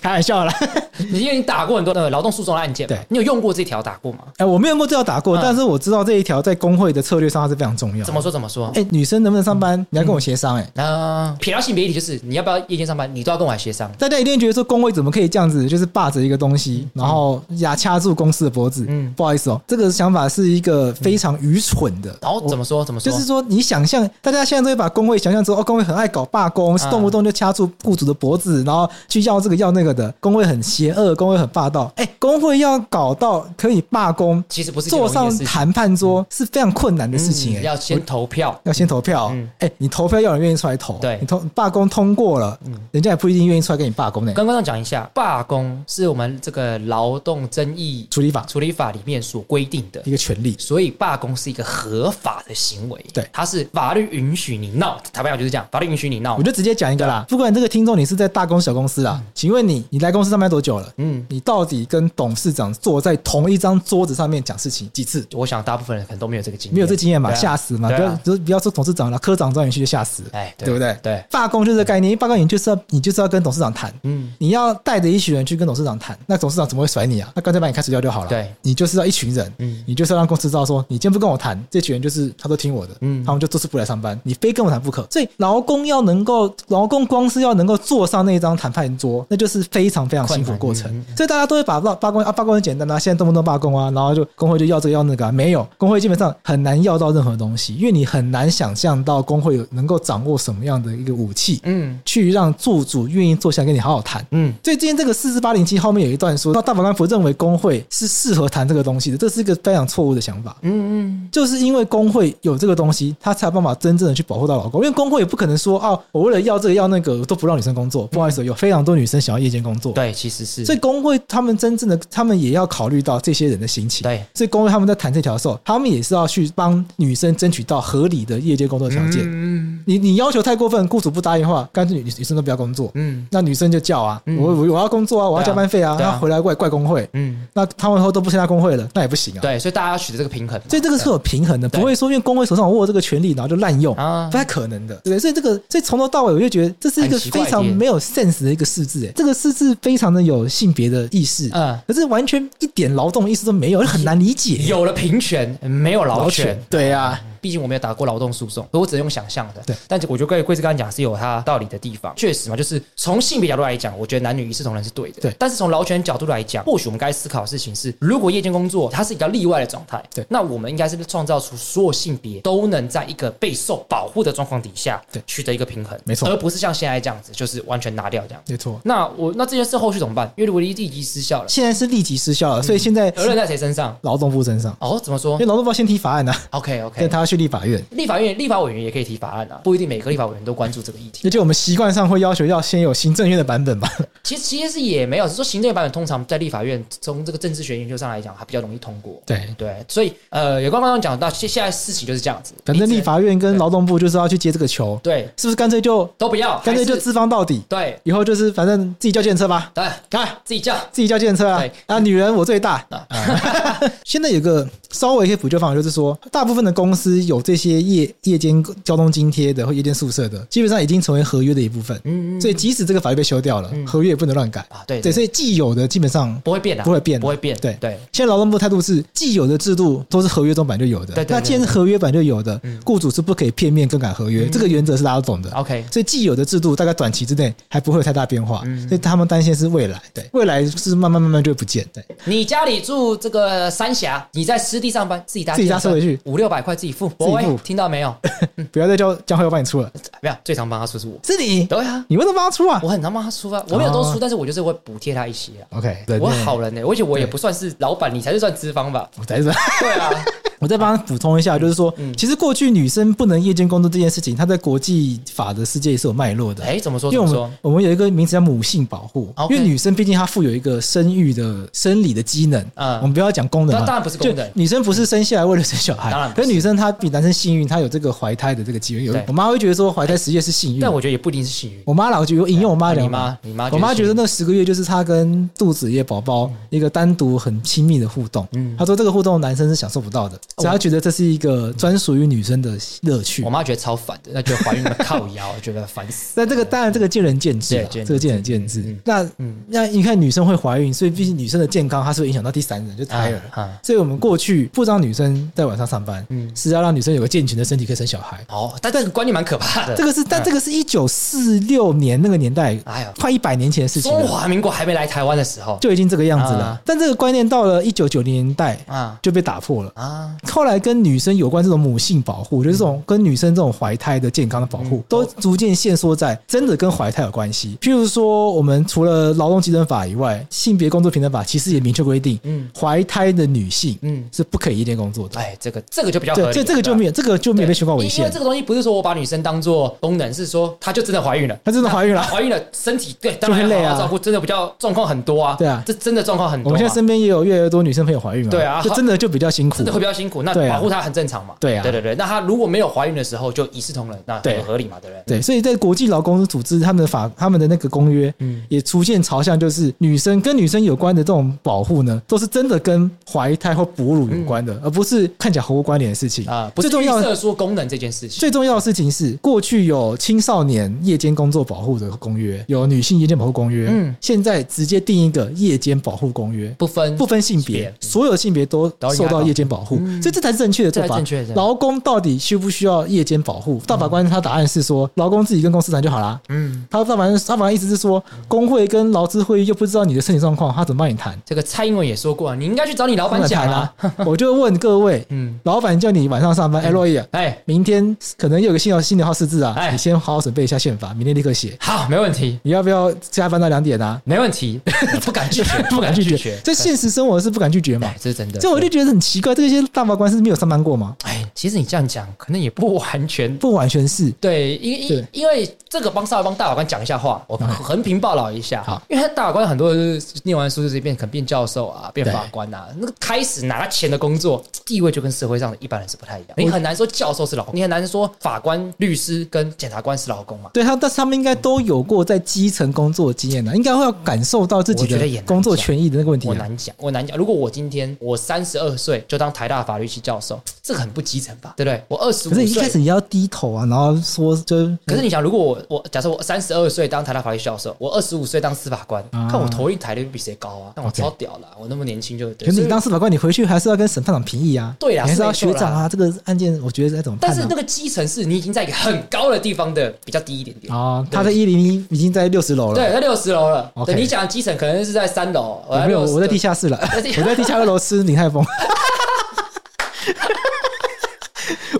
Speaker 4: 开 玩笑啦。
Speaker 3: 你因为你打过很多呃的劳动诉讼的案件嘛，
Speaker 4: 对
Speaker 3: 你有用过这条打过吗？
Speaker 4: 哎、我没有用过这条打过，
Speaker 3: 嗯
Speaker 4: 但是我知道这一条在工会的策略上它是非常重要。
Speaker 3: 怎么？嗯说怎么说？
Speaker 4: 哎、女生能不能上班？你要跟我协商、哎、
Speaker 3: 那、撇掉性别议题，就是你要不要夜间上班，你都要跟我来协商。
Speaker 4: 大家一定觉得说工会怎么可以这样子，就是霸着一个东西，然后呀掐住公司的脖子。
Speaker 3: 嗯
Speaker 4: 不好意思哦，这个想法是一个非常愚蠢的。
Speaker 3: 然后怎么说？怎么说？
Speaker 4: 就是说，你想象大家现在都会把工会想象成哦，工会很爱搞罢工，
Speaker 3: 啊
Speaker 4: 动不动就掐住雇主的脖子，然后去要这个要那个的，工会很邪恶，工会很霸道。哎、工会要搞到可以罢工，
Speaker 3: 其实不是一件
Speaker 4: 坐
Speaker 3: 容易的
Speaker 4: 上
Speaker 3: 事情
Speaker 4: 谈判桌是非常困难的事情、
Speaker 3: 嗯
Speaker 4: 哎
Speaker 3: 要先投票。
Speaker 4: 要先投票，哎、
Speaker 3: 嗯
Speaker 4: 你投票要有人愿意出来投，
Speaker 3: 对嗯
Speaker 4: 你通罢工通过了，人家也不一定愿意出来跟你罢工呢、
Speaker 3: 跟观众讲一下，罢工是我们这个劳动争议
Speaker 4: 处理法
Speaker 3: 处理法里面所规定的
Speaker 4: 一，个权利，
Speaker 3: 所以罢工是一个合法的行为。
Speaker 4: 对
Speaker 3: 它是法律允许你闹，台湾就是这样，法律允许你闹
Speaker 4: 我。就直接讲一个啦，不管这个听众你是在大公司小公司啦，请问你，你来公司上班多久了？
Speaker 3: 嗯，
Speaker 4: 你到底跟董事长坐在同一张桌子上面讲事情几次？
Speaker 3: 我想大部分人可能都没有这个经验，
Speaker 4: 没有这经验嘛，
Speaker 3: 对啊
Speaker 4: 吓、死嘛！
Speaker 3: 对
Speaker 4: 不要
Speaker 3: 啊
Speaker 4: 就是不要说董事长了，科长抓你去就吓死，
Speaker 3: 哎，
Speaker 4: 对不对？
Speaker 3: 对，
Speaker 4: 罢工就是这个概念，因为罢工你就是要你就是要跟董事长谈，
Speaker 3: 嗯，
Speaker 4: 你要带着一群人去跟董事长谈，那董事长怎么会甩你啊？那干脆把你开除掉就好了。
Speaker 3: 对，
Speaker 4: 你就是要一群人，
Speaker 3: 嗯
Speaker 4: 你就是要让公司知道说，你今天不跟我谈，这群人就是他都听我的，
Speaker 3: 嗯
Speaker 4: 他们就这次不来上班，你非跟我谈不可。所以劳工要能够，劳工光是要能够坐上那一张谈判桌，那就是非常非常辛苦的过程
Speaker 3: 困难。
Speaker 4: 所以大家都会把罢罢工啊，罢工很简单啊，现在动不动罢工啊，然后就工会就要这个要那个、啊，没有工会基本上很难要到任何东西，因为你很难想象到工会有能够掌握什么样的一个武器，
Speaker 3: 嗯
Speaker 4: 去让雇主愿意坐下来跟你好好谈。
Speaker 3: 嗯，
Speaker 4: 所以今天这个四四八零七后面有一段说，那大法官不认为工会是适合谈这个东西的，这是一个非常错误的想法。
Speaker 3: 嗯嗯，
Speaker 4: 就是因为工会有这个东西，他才有办法真正的去保护到老公。因为工会也不可能说啊，我为了要这个要那个我都不让女生工作。不好意思，有非常多女生想要夜间工作，，
Speaker 3: 对，其实是
Speaker 4: 所以工会他们真正的他们也要考虑到这些人的心情。
Speaker 3: 对
Speaker 4: 所以工会他们在谈这条的时候，他们也是要去帮女生争取到合理的夜间工作条件。
Speaker 3: 嗯
Speaker 4: 你你要求太过分，雇主不答应的话，干脆女女生都不要工作。
Speaker 3: 嗯
Speaker 4: 那女生就叫啊，
Speaker 3: 嗯
Speaker 4: 我我我要工作啊，我要加班费啊，
Speaker 3: 对啊
Speaker 4: 那回来怪怪工会，
Speaker 3: 嗯，
Speaker 4: 那他们以后都不参加工会了，那也不行啊。
Speaker 3: 对，所以大家要取得这个平衡嘛。
Speaker 4: 所以这个是有平衡的，
Speaker 3: 对
Speaker 4: 不会说因为工会手上握这个权利，然后就滥用，
Speaker 3: 啊
Speaker 4: 不太可能的，对不对？所以这个，所以从头到尾我就觉得这是一个
Speaker 3: 很奇怪
Speaker 4: 非常
Speaker 3: 点
Speaker 4: 没有 sense 的一个四字，哎，这个四字非常的有性别的意识，
Speaker 3: 嗯
Speaker 4: 可是完全一点劳动意识都没有，很难理解。
Speaker 3: 有了平权，没有劳权。
Speaker 4: 对啊呀，
Speaker 3: 毕竟我没有打过劳动诉讼，所以我只能用想象的。
Speaker 4: 对，
Speaker 3: 但是我觉得贵贵志刚刚讲是有他道理的地方，确实嘛，就是从性别角度来讲，我觉得男女一视同仁是对的。
Speaker 4: 对
Speaker 3: 但是从劳权角度来讲，或许我们该思考的事情是，如果夜间工作它是一个例外的状态，
Speaker 4: 对
Speaker 3: 那我们应该是创造出所有性别都能在一个备受保护的状况底下，
Speaker 4: 对
Speaker 3: 取得一个平衡，
Speaker 4: 没错
Speaker 3: 而不是像现在这样子，就是完全拿掉这样。
Speaker 4: 没错，
Speaker 3: 那我那这件事后续怎么办？因为如果一地级失效了，
Speaker 4: 现在是立即失
Speaker 3: 嗯
Speaker 4: 效了，所以现在
Speaker 3: 责任在谁身上？
Speaker 4: 劳动部身上，
Speaker 3: 哦，怎么说
Speaker 4: 因为劳动部要先提法案呢，啊
Speaker 3: ？OK
Speaker 4: 但
Speaker 3: OK，
Speaker 4: 他要去立法院。
Speaker 3: 立法院立法委员也可以提法案啊，不一定每个立法委员都关注这个议题。
Speaker 4: 而且我们习惯上会要求要先有行政院的版本吧？
Speaker 3: 其实其实是也没有，只是说行政版本通常在立法院从这个政治学研究上来讲，还比较容易通过。
Speaker 4: 对，
Speaker 3: 对，所以呃，有关方讲到现现在事情就是这样子，
Speaker 4: 反正
Speaker 3: 你只
Speaker 4: 立
Speaker 3: 能
Speaker 4: 法院跟劳动部就是要去接这个球，
Speaker 3: 对
Speaker 4: 是不是干脆就
Speaker 3: 都不要，
Speaker 4: 干脆就
Speaker 3: 还是
Speaker 4: 资方到底？
Speaker 3: 对
Speaker 4: 以后就是反正自己叫建车吧，
Speaker 3: 对
Speaker 4: 啊，
Speaker 3: 自己叫
Speaker 4: 自己叫建车啊
Speaker 3: 对，
Speaker 4: 啊，女人我最大
Speaker 3: 啊。
Speaker 4: 现在有个稍微一些补救方法，就是说，大部分的公司有这些夜夜间交通津贴的或夜间宿舍的，基本上已经成为合约的一部分。
Speaker 3: 嗯嗯
Speaker 4: 所以即使这个法律被修掉了，合约也不能乱改。
Speaker 3: 啊，对
Speaker 4: 对，所以既有的基本上
Speaker 3: 不会变的，
Speaker 4: 不会变的
Speaker 3: 不会变，
Speaker 4: 对
Speaker 3: 对
Speaker 4: 现在劳动部的态度是，既有的制度都是合约中本来就有的。
Speaker 3: 对对对嗯
Speaker 4: 那既然是合约本来就有的，雇主是不可以片面更改合约，这个原则是大家都懂的。
Speaker 3: ，OK，
Speaker 4: 所以既有的制度大概短期之内还不会有太大变化，
Speaker 3: 嗯
Speaker 4: 所以他们担心是未来，对，未来是慢慢慢慢就会不见，对，
Speaker 3: 你家里住这个三峡，你在湿地上班，自己搭
Speaker 4: 自己搭
Speaker 3: 计程
Speaker 4: 车回去
Speaker 3: 五六百块自己付，自
Speaker 4: 己付
Speaker 3: 听到没有？
Speaker 4: 不要再叫江辉要帮你出了，
Speaker 3: 没有，最常帮他出是我，
Speaker 4: 是你，
Speaker 3: 对啊，
Speaker 4: 你为什么帮他出啊？
Speaker 3: 我很常帮他出啊，我没有多收
Speaker 4: 哦
Speaker 3: 书，但是我就是会补贴他一些啊。
Speaker 4: OK，对，
Speaker 3: 我
Speaker 4: 对
Speaker 3: 好，人呢、欸而且我也
Speaker 4: 对
Speaker 3: 不算是老板，你才是算资方吧？
Speaker 4: 我再说，
Speaker 3: 对 啊，
Speaker 4: 我再帮他补充一下，就是说，
Speaker 3: 嗯
Speaker 4: 其实过去女生不能夜间工作这件事情，它在国际法的世界也是有脉络的。
Speaker 3: 哎、怎么说？
Speaker 4: 因为
Speaker 3: 怎
Speaker 4: 我
Speaker 3: 么
Speaker 4: 们
Speaker 3: 说？
Speaker 4: 我们有一个名词叫母性保护，
Speaker 3: OK
Speaker 4: 因为女生毕竟她富有一个生育的生理的机能，
Speaker 3: 嗯
Speaker 4: 我们不要讲功能嘛，
Speaker 3: 那当然不是功能
Speaker 4: 就女生不是生下来为了生小孩，
Speaker 3: 当然不
Speaker 4: 可
Speaker 3: 是
Speaker 4: 是女生她比男生幸运，她有这个怀胎的这个机会。有
Speaker 3: 对
Speaker 4: 我妈会觉得说怀胎十月是幸运，
Speaker 3: 但我觉得也不一定是幸运。
Speaker 4: 嗯我妈老就有引用我妈
Speaker 3: 你
Speaker 4: 讲
Speaker 3: 妈
Speaker 4: 嘛，，
Speaker 3: 你妈，
Speaker 4: 我妈觉得那十个月就是她跟肚子也宝宝一个单独很亲密的互动。
Speaker 3: 嗯哦
Speaker 4: 她说这个互动男生是享受不到的，所以她觉得这是一个专属于女生的乐趣
Speaker 3: 我。妈觉得超烦的，那觉得怀孕了靠腰，觉得烦死。
Speaker 4: 但这个当然这个见仁见智啊，
Speaker 3: 对见仁见智
Speaker 4: 这个见仁见智
Speaker 3: 嗯。
Speaker 4: 那
Speaker 3: 嗯
Speaker 4: 那你看女生会怀孕，所以毕竟女生的健康它是会哎影响到第三人，就胎儿。
Speaker 3: 啊啊
Speaker 4: 所以我们过去不让女生在晚上上班，
Speaker 3: 嗯
Speaker 4: 是要让女生有个健全的身体可以生小孩。
Speaker 3: 哦，但这个观念蛮可怕的。
Speaker 4: 这个是，但这个是一九四六年那个年代，
Speaker 3: 哎呀，
Speaker 4: 快一百年前的事情了
Speaker 3: 中华民国还没来台湾的时候，
Speaker 4: 就已经这个样子了。
Speaker 3: 啊
Speaker 4: 但这个观念到了一九九零年代
Speaker 3: 啊
Speaker 4: 就被打破了。
Speaker 3: 啊，
Speaker 4: 后来跟女生有关这种母性保护，就是这
Speaker 3: 嗯
Speaker 4: 种跟女生这种怀胎的健康的保护，都逐渐限缩在真的跟怀胎有关系。譬如说，我们除了劳动基准法以外，性别工作平等法其实也明确规定，
Speaker 3: 嗯
Speaker 4: 怀胎的女性，
Speaker 3: 嗯
Speaker 4: 是不可以夜间工作的。
Speaker 3: 哎，这个这个就比较合理
Speaker 4: 对，
Speaker 3: 了，
Speaker 4: 这这个就
Speaker 3: 对吧
Speaker 4: 没有，这个就没有被宣告违
Speaker 3: 因为
Speaker 4: 宪
Speaker 3: 这。个东西不是说我把女生当做功能，是说她就真的怀孕了，
Speaker 4: 她真的怀孕了
Speaker 3: 那怀孕了，身体对当然
Speaker 4: 就会
Speaker 3: 要
Speaker 4: 累啊
Speaker 3: 好好照顾，真的比较状况很多啊，
Speaker 4: 对啊
Speaker 3: 这真的状况很
Speaker 4: 我
Speaker 3: 多嘛，
Speaker 4: 们现在身边也有越来越多女生朋友怀孕嘛，
Speaker 3: 对啊
Speaker 4: 就真的就比较辛苦
Speaker 3: 真的。会比较辛苦，那
Speaker 4: 对啊
Speaker 3: 保护她很正常嘛，
Speaker 4: 对啊
Speaker 3: 对对对，那她如果没有怀孕的时候就一视同仁，那
Speaker 4: 对
Speaker 3: 很合理嘛，对不对？
Speaker 4: 对，所以在国际劳工组织他们的法、他们的那个公约，
Speaker 3: 嗯
Speaker 4: 也逐渐朝向就是女生跟女生有关的这种保护呢，都是真的跟怀胎或哺乳有关的，而不是看起来毫无关联的事情
Speaker 3: 嗯啊，不是
Speaker 4: 最重
Speaker 3: 预
Speaker 4: 要的
Speaker 3: 设说功能这件事情，
Speaker 4: 最重要的事情是，过去有青少年夜间工作保护的公约，有女性夜间保护公约，
Speaker 3: 嗯
Speaker 4: 现在直接定一个夜间保护公约，
Speaker 3: 不分
Speaker 4: 不分性
Speaker 3: 别
Speaker 4: 别
Speaker 3: 嗯，
Speaker 4: 所有性别都
Speaker 3: 都应该
Speaker 4: 受到
Speaker 3: 保护
Speaker 4: 夜间保护，所以这才是正确的做
Speaker 3: 这
Speaker 4: 法
Speaker 3: 才正确的。
Speaker 4: 劳工到底需不需要夜间保护？大法官他答案是说，劳工自己跟公司谈就好啦。
Speaker 3: 嗯，
Speaker 4: 他大法官大法官意思是说，工会跟劳资会议又不知道你的身体状况，他怎么帮你谈？
Speaker 3: 这个蔡英文也说过，你应该去找你老板讲
Speaker 4: 谈
Speaker 3: 啊，！
Speaker 4: 我就问各位，
Speaker 3: 嗯，
Speaker 4: 老板叫你晚上上班，哎，洛伊啊。
Speaker 3: 哎，
Speaker 4: 明天可能又有个新的新的号释字啊
Speaker 3: 哎，
Speaker 4: 你先好好准备一下宪法，明天立刻写。
Speaker 3: 好，没问题，
Speaker 4: 你要不要加班到两点啊？
Speaker 3: 没问题， 不敢拒 绝，不敢拒绝，
Speaker 4: 这现实生活是不敢拒绝嘛
Speaker 3: 哎，？这是真的，
Speaker 4: 这我就觉得很奇怪，这些大法官是没有上班过吗？
Speaker 3: 哎，其实你这样讲，可能也不完全
Speaker 4: 不完全是，
Speaker 3: 对，因因
Speaker 4: 对嗯
Speaker 3: 因为这个帮稍微帮大法官讲一下话，我横平报道一下。
Speaker 4: 好，
Speaker 3: 因为他大法官很多人就是念完书就是变可能变教授啊，变
Speaker 4: 对
Speaker 3: 法官啊，那个开始拿钱的工作地位就跟社会上的一般人是不太一样。你很难说教授是老公，你很难说法官、律师跟检察官是老公嘛。
Speaker 4: 对他，但是他们应该都有过在基层工作的经验的，啊应该会要感受到自己
Speaker 3: 我觉得也
Speaker 4: 的
Speaker 3: 难
Speaker 4: 工作权益的那个问题
Speaker 3: 我
Speaker 4: 啊。
Speaker 3: 难讲，我难讲。如果我今天我三十二岁就当台大法律系教授，这个很不基层吧，对不对？我二十五
Speaker 4: 可是，一开
Speaker 3: 岁
Speaker 4: 始。也要低头啊，然后说就是，
Speaker 3: 可是你想，如果我我假设我三十二岁当台大法律教授，我二十五岁当司法官，
Speaker 4: 啊
Speaker 3: 看我头一台就比谁高啊，但我
Speaker 4: OK
Speaker 3: 超屌了，我那么年轻就对。
Speaker 4: 可是
Speaker 3: 所以
Speaker 4: 你当司法官，你啊回去还是要跟审判长评议啊，
Speaker 3: 对啦
Speaker 4: 你还是要
Speaker 3: 是没
Speaker 4: 学
Speaker 3: 错啦
Speaker 4: 长啊，这个案件我觉得该怎么判
Speaker 3: 但
Speaker 4: 啊？
Speaker 3: 是那个基层是你已经在一个很高的地方的比较低一点点。
Speaker 4: 啊，他在
Speaker 3: 对
Speaker 4: 一零一已经在六十楼了，
Speaker 3: 对，在六十楼了。
Speaker 4: OK
Speaker 3: 对，你讲的基层可能是在三楼，我
Speaker 4: 我
Speaker 3: 在
Speaker 4: 没有，
Speaker 3: 六十，
Speaker 4: 我在地。下室了，
Speaker 3: 在地下
Speaker 4: 我在地下二楼吃鼎泰 丰。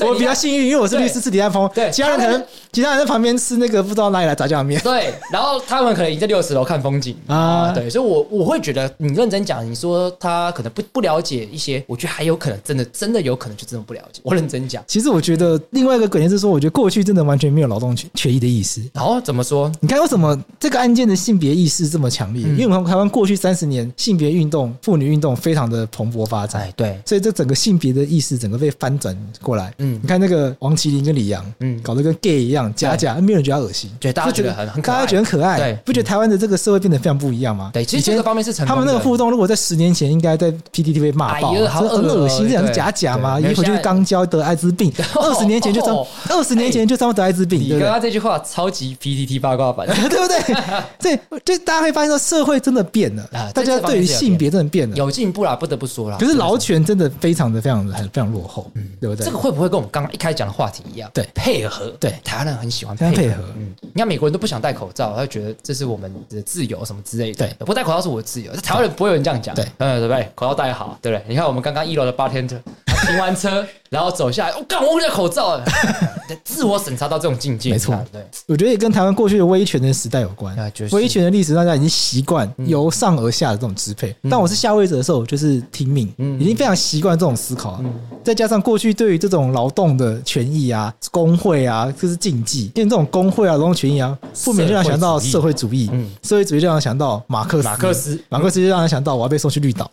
Speaker 4: 我比较幸运，因为我是律师吃鼎泰丰，
Speaker 3: 对
Speaker 4: 其他人可
Speaker 3: 他
Speaker 4: 能
Speaker 3: 们
Speaker 4: 其他人在旁边吃那个不知道哪里来炸酱面。
Speaker 3: 对，然后他们可能已经在六十楼看风景
Speaker 4: 啊
Speaker 3: 啊。对，所以我我会觉得，你认真讲，你说他可能不不了解一些，我觉得还有可能真的真的有可能就真的不了解。我认真讲，
Speaker 4: 其实我觉得另外一个诡言是说，我觉得过去真的完全没有劳动权权益的意识。
Speaker 3: 然后怎么说？
Speaker 4: 你看为什么这个案件的性别意识这么强烈？因为我们台湾过去三十年性别运动、妇女运动非常的蓬勃发展
Speaker 3: 哎，，对，
Speaker 4: 所以这整个性别的意识整个被翻转过来。
Speaker 3: 嗯
Speaker 4: 嗯，你看那个王麒麟跟李阳，
Speaker 3: 嗯
Speaker 4: 嗯，搞得跟 gay 一样，假假，没有人觉得恶心，
Speaker 3: 对大家
Speaker 4: 就
Speaker 3: 觉得很很可爱
Speaker 4: 大家觉得很可爱，
Speaker 3: 对
Speaker 4: 不觉得台湾的这个社会变得非常不一样吗？
Speaker 3: 对其实这个
Speaker 4: 以前
Speaker 3: 方面是成功
Speaker 4: 他们那个
Speaker 3: 的
Speaker 4: 互动，如果在十年前应该在 PTT 被骂爆，
Speaker 3: 哎呀好
Speaker 4: 说很
Speaker 3: 恶
Speaker 4: 恶心，这样是
Speaker 3: 对
Speaker 4: 假假嘛，
Speaker 3: 对没有
Speaker 4: 一会就
Speaker 3: 现
Speaker 4: 是
Speaker 3: 在
Speaker 4: 肛交得艾滋病，二十年前就
Speaker 3: 哦
Speaker 4: 上，二十年前就上得艾滋病，对
Speaker 3: 你
Speaker 4: 不
Speaker 3: 刚
Speaker 4: 对？
Speaker 3: 刚这句话超级 PPT 八 卦版，
Speaker 4: 对不 对？这这大家会发现说，社会真的变了
Speaker 3: 啊，
Speaker 4: 大
Speaker 3: 这
Speaker 4: 家
Speaker 3: 这方面
Speaker 4: 对于
Speaker 3: 是有
Speaker 4: 性别真的变了。
Speaker 3: 有进步啦，不得不说啦。
Speaker 4: 可是
Speaker 3: 真的
Speaker 4: 劳权真的非常的非常的很非常落后，
Speaker 3: 嗯
Speaker 4: 对不对？
Speaker 3: 这个会不会跟我们刚刚一开始讲的话题一样？
Speaker 4: 对
Speaker 3: 配合，
Speaker 4: 对
Speaker 3: 台湾人很喜欢
Speaker 4: 非常配合
Speaker 3: 嗯，你看美国人都不想戴口罩，他就觉得这是我们的自由什么之类的。
Speaker 4: 对
Speaker 3: 不戴口罩是我的自由。台湾人不会有人这样讲，
Speaker 4: 对
Speaker 3: 嗯，对不对？口罩戴好，对不对？你看我们刚刚一楼的 bartender，他停完 车，然后走下来，我、哦干，我忘记戴口罩了， 自我审查到这种境界，
Speaker 4: 没错
Speaker 3: 你知道对，
Speaker 4: 我觉得也跟台湾过去的威权的时代有关
Speaker 3: 啊就是。嗯
Speaker 4: 威权的历史，大家已经习惯由上而下的这种支配。但我是下位者的时候，我就是听命，
Speaker 3: 嗯
Speaker 4: 已经非常习惯这种思考了。再加上过去对于这种劳动的权益啊、工会啊，就是禁忌，因为这种工会啊、劳动权益啊，不免就让人想到社会主义
Speaker 3: 嗯，
Speaker 4: 社会主义就让人想到马克思，
Speaker 3: 马克思
Speaker 4: 马克思就让人想到我要被送去 绿岛。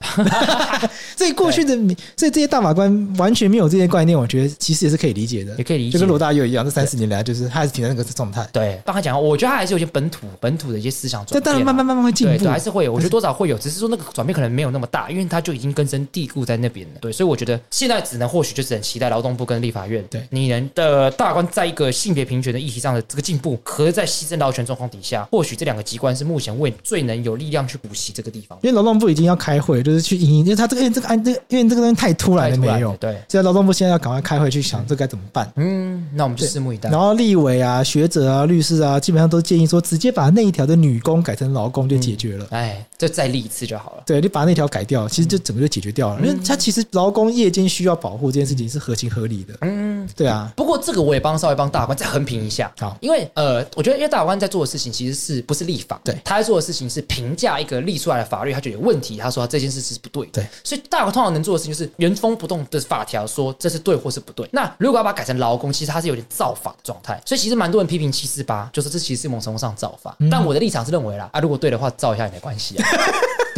Speaker 4: 所以过去的民，所以这些大法官完全没有这些概念，我觉得其实也是可以理解的，
Speaker 3: 也可以理解
Speaker 4: 就跟罗大佑一样，这三十年来就是他还是停在那个状态。
Speaker 3: 对，刚才讲到，我觉得他还是有一些本土本土的一些思想
Speaker 4: 这
Speaker 3: 转变啊、
Speaker 4: 当然慢慢慢慢会进
Speaker 3: 对
Speaker 4: 步
Speaker 3: 对，还是会有，我觉得多少会有，只是说那个转变可能没有那么大，因为它就已经根深蒂固在那边了。对，所以我觉得现在只能或许就只能期待劳动部跟立法院，
Speaker 4: 对
Speaker 3: 你能的大法官在一个性别平权的议题上的这个进步，和在牺牲劳权状况底下，或许这两个机关是目前为最能有力量去补习这个地方。
Speaker 4: 因为劳动部已经要开会，就是去因应，因为他这个因为这个案这个因为这个东西太突然
Speaker 3: 嗯太
Speaker 4: 了，
Speaker 3: 突然
Speaker 4: 没有
Speaker 3: 了对
Speaker 4: 所以劳动部现在要赶快开会去想这该怎么办。
Speaker 3: 嗯，那我们就拭目以待。
Speaker 4: 然后立委啊、学者啊、律师啊，基本上都建议说，直接把那一条的女工改成劳工就解决了。
Speaker 3: 哎，就再立一次就好了。
Speaker 4: 对你把那条改掉，
Speaker 3: 嗯
Speaker 4: 其实就整个就解决掉了，因为它其实劳工夜间需要保护这件事情是合情合理的。嗯，对啊，
Speaker 3: 不过这个我也帮稍微帮大法官再横评一下，
Speaker 4: 好
Speaker 3: 因为呃，我觉得因为大法官在做的事情其实是不是立法，
Speaker 4: 对
Speaker 3: 他在做的事情是评价一个立出来的法律，他觉得有问题，他说他这件事是不对的，
Speaker 4: 对，
Speaker 3: 所以大法官通常能做的事情就是原封不动的法条说这是对或是不对。那如果要把它改成劳工，其实它是有点造法的状态，所以其实蛮多人批评七四八，就是这其实是某种程度上造法，
Speaker 4: 嗯
Speaker 3: 但我的立场是认为啦，啊，如果对的话造一下也没关系 啊，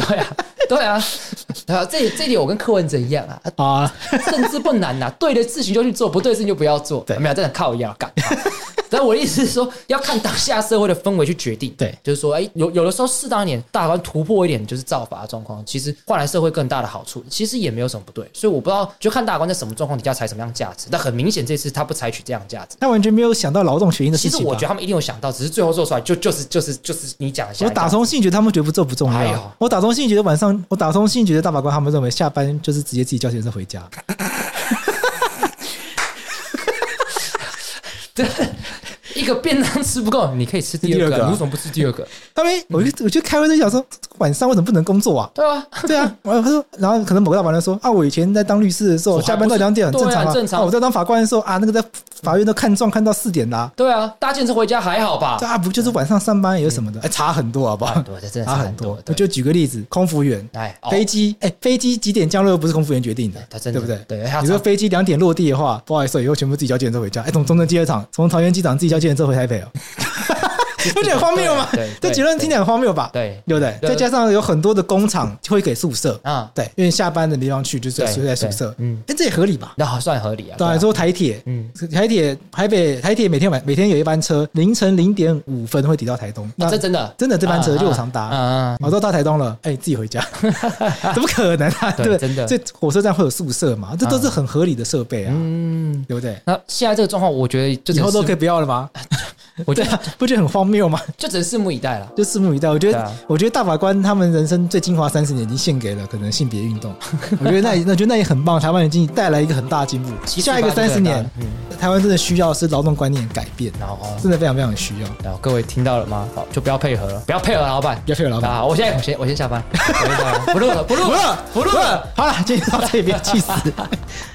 Speaker 3: 对啊。对啊，对啊，这这一点我跟柯文哲一样啊，
Speaker 4: 啊，
Speaker 3: 甚至不难呐、对的事情就去做，不对的事情就不要做。
Speaker 4: 对
Speaker 3: 没有，真的靠腰干。但我的意思是说，要看当下社会的氛围去决定。
Speaker 4: 对
Speaker 3: 就是说，哎、有有的时候适当一点，大法官突破一点，就是造法的状况，其实换来社会更大的好处，其实也没有什么不对。所以我不知道，就看大法官在什么状况底下采什么样价值。但很明显，这次他不采取这样的价值。
Speaker 4: 他完全没有想到劳动权益的
Speaker 3: 其
Speaker 4: 事
Speaker 3: 实
Speaker 4: 情
Speaker 3: 我
Speaker 4: 吧
Speaker 3: 觉得。他们一定有想到，只是最后做出来就就是就是就是你讲一下。
Speaker 4: 我打从心里觉得他们觉得不做不重
Speaker 3: 哎
Speaker 4: 要
Speaker 3: 呦。
Speaker 4: 我打从心里觉得晚上，我打从心里觉得大法官他们认为下班就是直接自己叫学生回家。
Speaker 3: 一个便当吃不够，你可以吃第二
Speaker 4: 第二个
Speaker 3: 个，
Speaker 4: 啊
Speaker 3: 你为什么不吃第二个？
Speaker 4: 他们，我就我就开会就想说，晚上为什么不能 工作啊？
Speaker 3: 对啊，
Speaker 4: 对啊，我他说，然后可能某个大法官说啊，我以前在当律师的时候，
Speaker 3: 我还
Speaker 4: 下班到两点很
Speaker 3: 不是
Speaker 4: 正常
Speaker 3: 对
Speaker 4: 啊。
Speaker 3: 啊正常
Speaker 4: 啊我在当法官的时候啊，那个在法院都看状看到四点啦。
Speaker 3: 对啊，搭建车回家还好吧？
Speaker 4: 这啊，不就是晚上上班有什么的？哎，差很多好 不好
Speaker 3: 很？多，这真的
Speaker 4: 差
Speaker 3: 是
Speaker 4: 很
Speaker 3: 很
Speaker 4: 多
Speaker 3: 多。。
Speaker 4: 我
Speaker 3: 哦对
Speaker 4: 就举个例子，空服员，
Speaker 3: 哎，哦
Speaker 4: 飞机，哎，飞机几点降落又不是空服员决定的
Speaker 3: 哎，他真
Speaker 4: 对
Speaker 3: 的
Speaker 4: 不对？
Speaker 3: 对他
Speaker 4: 你说
Speaker 3: 常
Speaker 4: 飞机两点落地的话，不好意思，以后全部自己叫计程车回家。哎，从中正机场，从桃园机场自己叫计程车回 台北哦，不觉得很荒谬吗
Speaker 3: 对对？
Speaker 4: 这
Speaker 3: 对
Speaker 4: 结论听起来很荒谬吧？
Speaker 3: 对
Speaker 4: 对不对？
Speaker 3: 对
Speaker 4: 再加上有很多的工厂会给宿舍
Speaker 3: 啊
Speaker 4: 对，因为下班的地方去就是
Speaker 3: 对
Speaker 4: 睡在宿舍
Speaker 3: 对，嗯
Speaker 4: 哎，这也合理吧？
Speaker 3: 那好算合理啊。
Speaker 4: 对啊，
Speaker 3: 啊
Speaker 4: 说台铁，嗯
Speaker 3: 嗯，
Speaker 4: 台铁台北台铁每天晚每天有一班车凌晨零点五分会抵到台东，
Speaker 3: 啊这真的
Speaker 4: 真的这班车
Speaker 3: 啊
Speaker 4: 就我常搭。
Speaker 3: 啊，
Speaker 4: 我都到台东了，哎、自己 回家，怎么可能啊？
Speaker 3: 对
Speaker 4: 对，
Speaker 3: 真的
Speaker 4: 这火车站会有宿舍嘛？这都是很合理的设备啊，
Speaker 3: 嗯，
Speaker 4: 对不对？
Speaker 3: 那现在这个状况，我觉得就
Speaker 4: 以
Speaker 3: 只
Speaker 4: 后
Speaker 3: 能
Speaker 4: 都可以
Speaker 3: 拭
Speaker 4: 不要了吗？
Speaker 3: 我觉
Speaker 4: 对
Speaker 3: 得
Speaker 4: 啊，不觉得很荒谬吗？
Speaker 3: 就只能拭目以待了。
Speaker 4: 就拭目以待。我觉得，
Speaker 3: 对啊
Speaker 4: 我觉得大法官他们人生最精华三十年已经献给了可能性别运动。 我觉得那也，那我觉得那也很棒，台湾已经带来一个很大的进步。
Speaker 3: 其实啊
Speaker 4: 下一个
Speaker 3: 吧这个
Speaker 4: 三十年
Speaker 3: 很，
Speaker 4: 台湾真的需要是劳动观念改变，啊
Speaker 3: 然后哦，
Speaker 4: 真的非常非常需要。
Speaker 3: 然后各位听到了吗？好，就不要配合了，不要配合老板，
Speaker 4: 不要配合老板
Speaker 3: 啊！我现在我先我先下 班，我先下班，不录了，不录
Speaker 4: 不
Speaker 3: 了。
Speaker 4: 了，不
Speaker 3: 录
Speaker 4: 了。好了，今天到这里，不要气 死。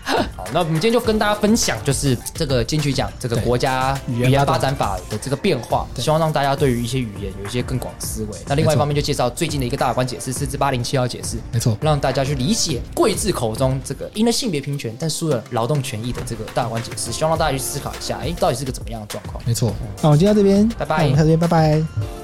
Speaker 3: 好，那我们今天就跟大家分享，就是这个金曲奖这个
Speaker 4: 对
Speaker 3: 国家
Speaker 4: 语
Speaker 3: 语
Speaker 4: 言
Speaker 3: 言
Speaker 4: 发
Speaker 3: 发
Speaker 4: 展
Speaker 3: 展法的这个变化，希望让大家对于一些语言有一些更广思维。那另外一方面就介绍最近的一个大法官解释，四至八零七号解释，
Speaker 4: 没错
Speaker 3: 让大家去理解贵志口中这个赢了性别平权，但输了劳动权益的这个大法官解释，希望让大家去思考一下，哎，到底是个怎么样的状况？
Speaker 4: 没错。那我们今天到这边，
Speaker 3: 拜拜
Speaker 4: 那我们到这边，拜拜。